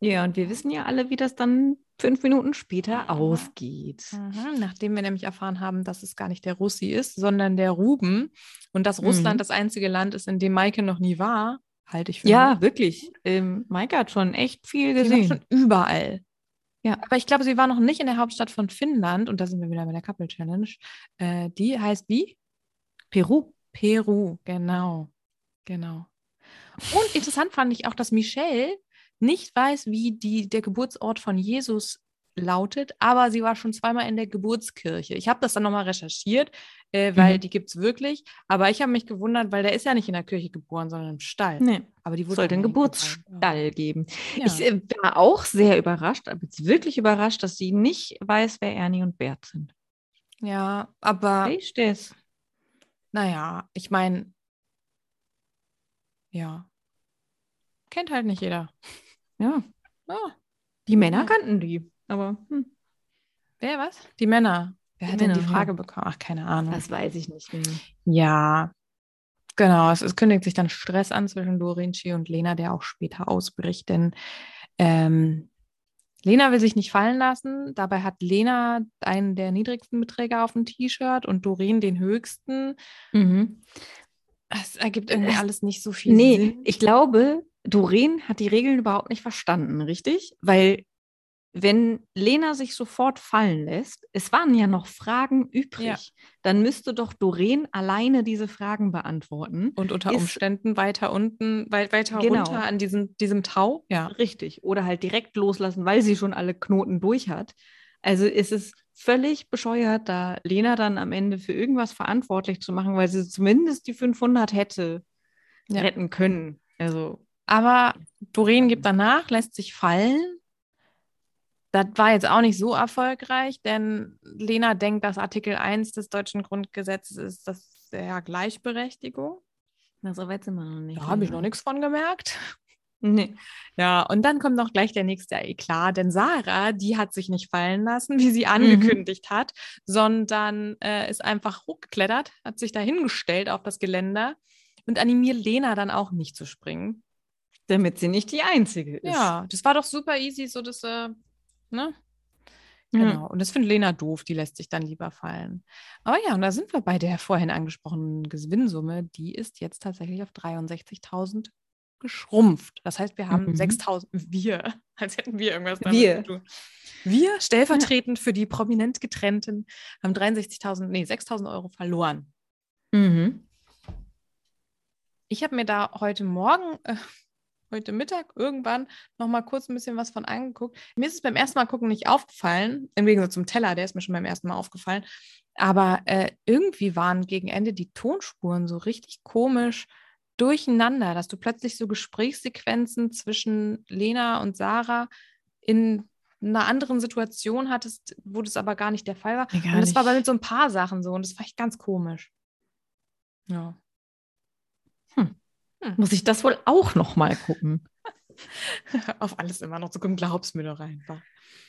S2: Ja, und wir wissen ja alle, wie das dann fünf Minuten später ausgeht.
S1: Mhm, Nachdem wir nämlich erfahren haben, dass es gar nicht der Russi ist, sondern der Ruben und dass Russland
S2: Mhm.
S1: das einzige Land ist, in dem Maike noch nie war, halte ich für
S2: Ja, wirklich. Ähm, Maike hat schon echt viel
S1: Sie war
S2: gesehen.
S1: schon überall.
S2: Ja.
S1: Aber ich glaube, sie war noch nicht in der Hauptstadt von Finnland und da sind wir wieder bei der Couple Challenge. Äh, die heißt wie? Peru. Peru, genau. Genau. Und interessant fand ich auch, dass Michelle nicht weiß, wie die, der Geburtsort von Jesus lautet, aber sie war schon zweimal in der Geburtskirche. Ich habe das dann nochmal recherchiert, äh, weil
S2: Mhm.
S1: die gibt es wirklich, aber ich habe mich gewundert, weil der ist ja nicht in der Kirche geboren, sondern im Stall.
S2: Nee,
S1: Aber die wurde
S2: sollte
S1: dann dahin
S2: einen
S1: geboren.
S2: Geburtsstall geben.
S1: Ja.
S2: Ich äh, war auch sehr überrascht, aber jetzt wirklich überrascht, dass sie nicht weiß, wer Ernie und Bert sind.
S1: ja, aber
S2: Echt das?
S1: Naja, ich meine, ja. Kennt halt nicht jeder.
S2: Ja. Mhm.
S1: Ja.
S2: Die Männer
S1: Ja.
S2: kannten die. Aber hm,
S1: Wer, was? Die Männer. Wer
S2: Die
S1: hat denn
S2: Männer,
S1: die
S2: ja.
S1: Frage bekommen? Ach, keine Ahnung.
S2: das weiß ich nicht genau. mehr.
S1: Ja. Genau, es, es kündigt sich dann Stress an zwischen Dorinci und Lena, der auch später ausbricht, denn ähm, Lena will sich nicht fallen lassen. Dabei hat Lena einen der niedrigsten Beträge auf dem T-Shirt und Dorin den höchsten.
S2: Mhm.
S1: Es ergibt irgendwie
S2: Äh,
S1: alles nicht so viel
S2: Nee,
S1: Sinn.
S2: ich glaube, Doreen hat die Regeln überhaupt nicht verstanden, richtig? Weil wenn Lena sich sofort fallen lässt, es waren ja noch Fragen übrig,
S1: Ja.
S2: dann müsste doch Doreen alleine diese Fragen beantworten.
S1: Und unter
S2: ist-
S1: Umständen weiter unten, wei weiter
S2: Genau.
S1: runter an diesem, diesem Tau. Ja.
S2: Richtig. Oder halt direkt loslassen, weil sie schon alle Knoten durch hat. Also ist es völlig bescheuert, da Lena dann am Ende für irgendwas verantwortlich zu machen, weil sie zumindest die 500 hätte
S1: Ja.
S2: retten können. Also,
S1: Aber Doreen gibt danach, lässt sich fallen. Das war jetzt auch nicht so erfolgreich, denn Lena denkt, dass Artikel 1 des deutschen Grundgesetzes ist, das ja Gleichberechtigung.
S2: na, so weit sind wir noch nicht.
S1: Da habe ich noch nichts von gemerkt.
S2: Nee.
S1: Ja, und dann kommt noch gleich der nächste Eklat, denn Sarah, die hat sich nicht fallen lassen, wie sie angekündigt hat, sondern äh, ist einfach hochgeklettert, hat sich dahingestellt auf das Geländer und animiert Lena dann auch nicht zu springen.
S2: Damit sie nicht die Einzige ist.
S1: Ja, das war doch super easy, so dass, äh, ne?
S2: Ja.
S1: Genau. Und das findet Lena doof, die lässt sich dann lieber fallen. Aber ja, und da sind wir bei der vorhin angesprochenen Gewinnsumme. Die ist jetzt tatsächlich auf 63.000 geschrumpft. Das heißt, wir haben
S2: Mhm.
S1: 6.000, wir, als hätten wir irgendwas damit
S2: Wir.
S1: zu tun. Wir, stellvertretend für die prominent getrennten, haben 63.000, nee, 6.000 Euro verloren.
S2: Mhm.
S1: Ich habe mir da heute Morgen, äh, heute Mittag irgendwann noch mal kurz ein bisschen was von angeguckt. Mir ist es beim ersten Mal gucken nicht aufgefallen, im Gegensatz zum Teller, der ist mir schon beim ersten Mal aufgefallen. Aber äh, irgendwie waren gegen Ende die Tonspuren so richtig komisch durcheinander, dass du plötzlich so Gesprächssequenzen zwischen Lena und Sarah in einer anderen Situation hattest, wo das aber gar nicht der Fall war. Und das war aber mit so ein paar Sachen so und das war echt ganz komisch. Ja.
S2: Muss ich das wohl auch noch mal gucken?
S1: auf alles immer noch zu gucken, glaubst mir doch einfach.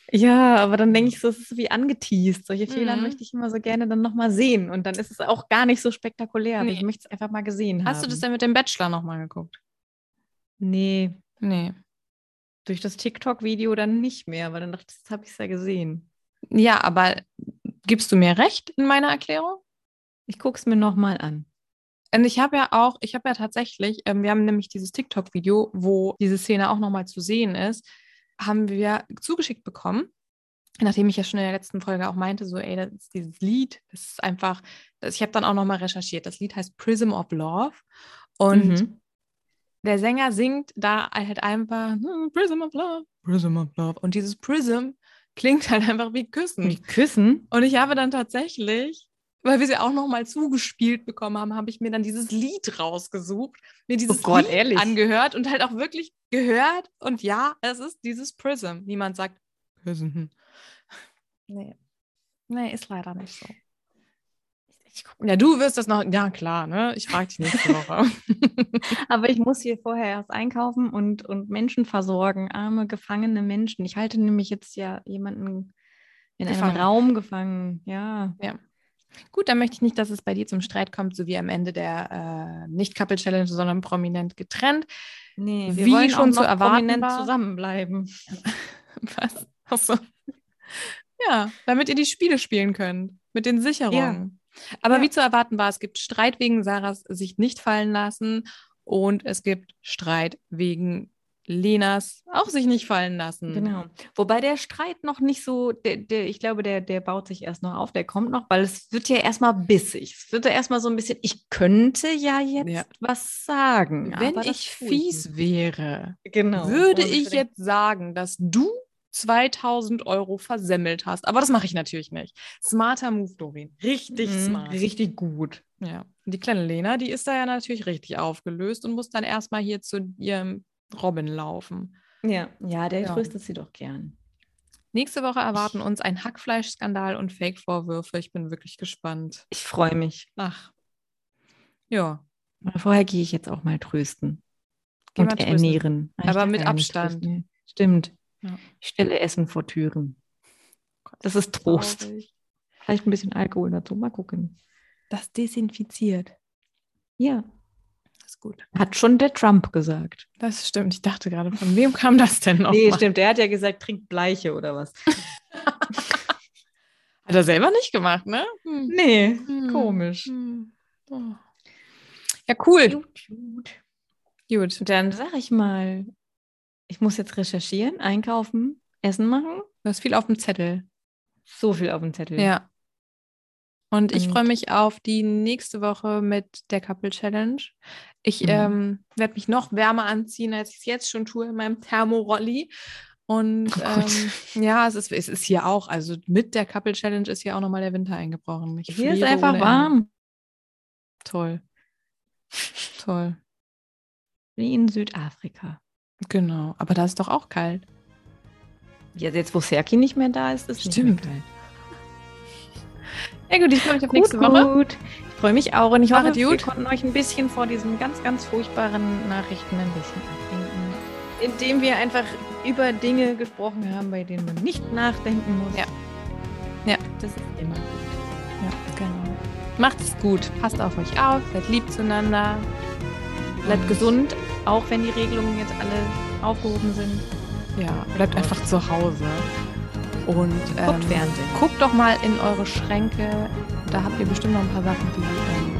S2: Ja, aber dann denke ich so, es ist wie angeteased. Solche Fehler
S1: Mhm.
S2: möchte ich immer so gerne dann noch mal sehen. Und dann ist es auch gar nicht so spektakulär. Aber
S1: Nee.
S2: ich möchte es einfach mal gesehen haben.
S1: Hast du das denn mit dem Bachelor nochmal geguckt?
S2: Nee,
S1: Nee.
S2: durch das TikTok-Video dann nicht mehr, weil dann dachte ich, das habe ich ja gesehen.
S1: Ja, aber gibst du mir recht in meiner Erklärung?
S2: Ich gucke es mir noch mal an.
S1: Und ich habe ja auch, ich habe ja tatsächlich, ähm, wir haben nämlich dieses TikTok-Video, wo diese Szene auch nochmal zu sehen ist, haben wir zugeschickt bekommen. Nachdem ich ja schon in der letzten Folge auch meinte, so, ey, das ist dieses Lied, das ist einfach, das, ich habe dann auch nochmal recherchiert. Das Lied heißt Prism of Love. Und
S2: Mhm.
S1: der Sänger singt da halt einfach "Hm, Prism of Love, Prism of Love. Und dieses Prism klingt halt einfach wie Küssen.
S2: die küssen.
S1: Und ich habe dann tatsächlich, weil wir sie auch nochmal zugespielt bekommen haben, habe ich mir dann dieses Lied rausgesucht, mir dieses
S2: Oh Gott,
S1: Lied
S2: ehrlich?
S1: angehört und halt auch wirklich gehört. Und ja, es ist dieses Prism. Niemand sagt
S2: hm.
S1: Prism. Nee. Nee, ist leider nicht so. Ich guck, ja, du wirst das noch. Ja, klar, ne? Ich frage dich nächste Woche.
S2: Aber ich muss hier vorher erst einkaufen und, und Menschen versorgen, arme, gefangene Menschen. Ich halte nämlich jetzt ja jemanden in
S1: Gefangen.
S2: einem Raum gefangen. Ja.
S1: Ja. Gut, dann möchte ich nicht, dass es bei dir zum Streit kommt, so wie am Ende der äh, Nicht-Couple-Challenge, sondern prominent getrennt.
S2: Nee,
S1: Wie schon zu erwarten
S2: prominent
S1: war.
S2: zusammenbleiben.
S1: Was? Achso. Ja, damit ihr die Spiele spielen könnt. Mit den Sicherungen. Aber
S2: Ja.
S1: wie zu erwarten war, es gibt Streit wegen Sarahs sich nicht fallen lassen und es gibt Streit wegen Lenas auch sich nicht fallen lassen.
S2: Genau. Wobei der Streit noch nicht so, der, der, ich glaube, der, der baut sich erst noch auf, der kommt noch, weil es wird ja erstmal bissig. Es wird ja erstmal so ein bisschen, ich könnte ja jetzt
S1: Ja.
S2: was sagen.
S1: Wenn
S2: aber das
S1: ich
S2: tue ich
S1: fies wäre,
S2: nicht. genau.
S1: würde
S2: Und
S1: ich jetzt sagen, dass du 2000 Euro versemmelt hast. Aber das mache ich natürlich nicht. Smarter Move, Dorin. Richtig
S2: Mhm,
S1: smart.
S2: Richtig gut.
S1: Ja, die kleine Lena, die ist da ja natürlich richtig aufgelöst und muss dann erstmal hier zu ihrem Robin laufen.
S2: Ja, ja der
S1: Ja.
S2: tröstet sie doch gern.
S1: Nächste Woche erwarten uns ein Hackfleischskandal und Fake-Vorwürfe. Ich bin wirklich gespannt.
S2: Ich freue mich.
S1: Ach. Ja,
S2: Vorher gehe ich jetzt auch mal trösten
S1: Geh
S2: und
S1: mal trösten.
S2: ernähren. Ah, ich
S1: Aber
S2: darf
S1: mit
S2: ja nicht
S1: Abstand.
S2: trösten. Stimmt.
S1: Ja.
S2: Ich stelle Essen vor Türen. Das ist Trost.
S1: traurig.
S2: Vielleicht ein bisschen Alkohol dazu. Mal gucken.
S1: Das desinfiziert.
S2: Ja.
S1: Das ist gut.
S2: Hat schon der Trump gesagt.
S1: Das stimmt. Ich dachte gerade, von wem kam das denn noch? mal?
S2: stimmt. Der hat ja gesagt, trinkt Bleiche oder was.
S1: Hat er selber nicht gemacht, ne? Hm.
S2: Nee,
S1: Hm.
S2: komisch.
S1: Hm. Oh. Ja, cool.
S2: Gut, gut.
S1: Gut.
S2: Dann sag ich mal, ich muss jetzt recherchieren, einkaufen, Essen machen.
S1: Du hast viel auf dem Zettel.
S2: So viel auf dem Zettel.
S1: Ja. Und ich
S2: Und-
S1: freue mich auf die nächste Woche mit der Couple Challenge. Ich
S2: Mhm.
S1: ähm, werde mich noch wärmer anziehen, als ich es jetzt schon tue in meinem Thermorolli. Und
S2: Oh Gott.
S1: ähm, ja, es ist, es ist hier auch, also mit der Couple Challenge ist hier auch nochmal der Winter eingebrochen. Ich
S2: Hier ist
S1: friere
S2: einfach
S1: ohne Ende.
S2: warm,
S1: Toll. Toll.
S2: wie in Südafrika.
S1: Genau. Aber da ist doch auch kalt.
S2: Ja, jetzt wo Serki nicht mehr da ist, ist
S1: Stimmt.
S2: nicht mehr kalt.
S1: Ja gut, ich freue mich auf
S2: Gut,
S1: nächste
S2: gut.
S1: Woche.
S2: Ich freue mich auch und ich hoffe,
S1: Macht's
S2: wir
S1: gut.
S2: konnten euch ein bisschen vor diesen ganz, ganz furchtbaren Nachrichten ein bisschen ablenken, indem wir einfach über Dinge gesprochen haben, bei denen man nicht nachdenken muss.
S1: Ja. Ja.
S2: das ist immer gut.
S1: Ja, genau. Macht es gut. Passt auf euch auf. Seid lieb zueinander.
S2: Bleibt
S1: Und-
S2: gesund, auch wenn die Regelungen jetzt alle aufgehoben sind.
S1: Ja, bleibt einfach zu Hause. Und ähm,
S2: Guckt Fernsehen.
S1: guckt doch mal in eure Schränke. Da habt ihr bestimmt noch ein paar Sachen, die ähm,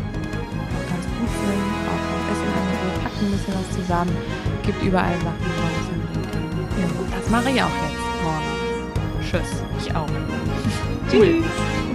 S1: auch ganz gut sind. Auch auf Essenangebot. Packt ein bisschen was zusammen. Gibt überall Sachen, die man zusammenbringen kann. Ja, das mache ich auch jetzt morgen. Tschüss.
S2: Ich auch.
S1: Cool.
S2: Tschüss.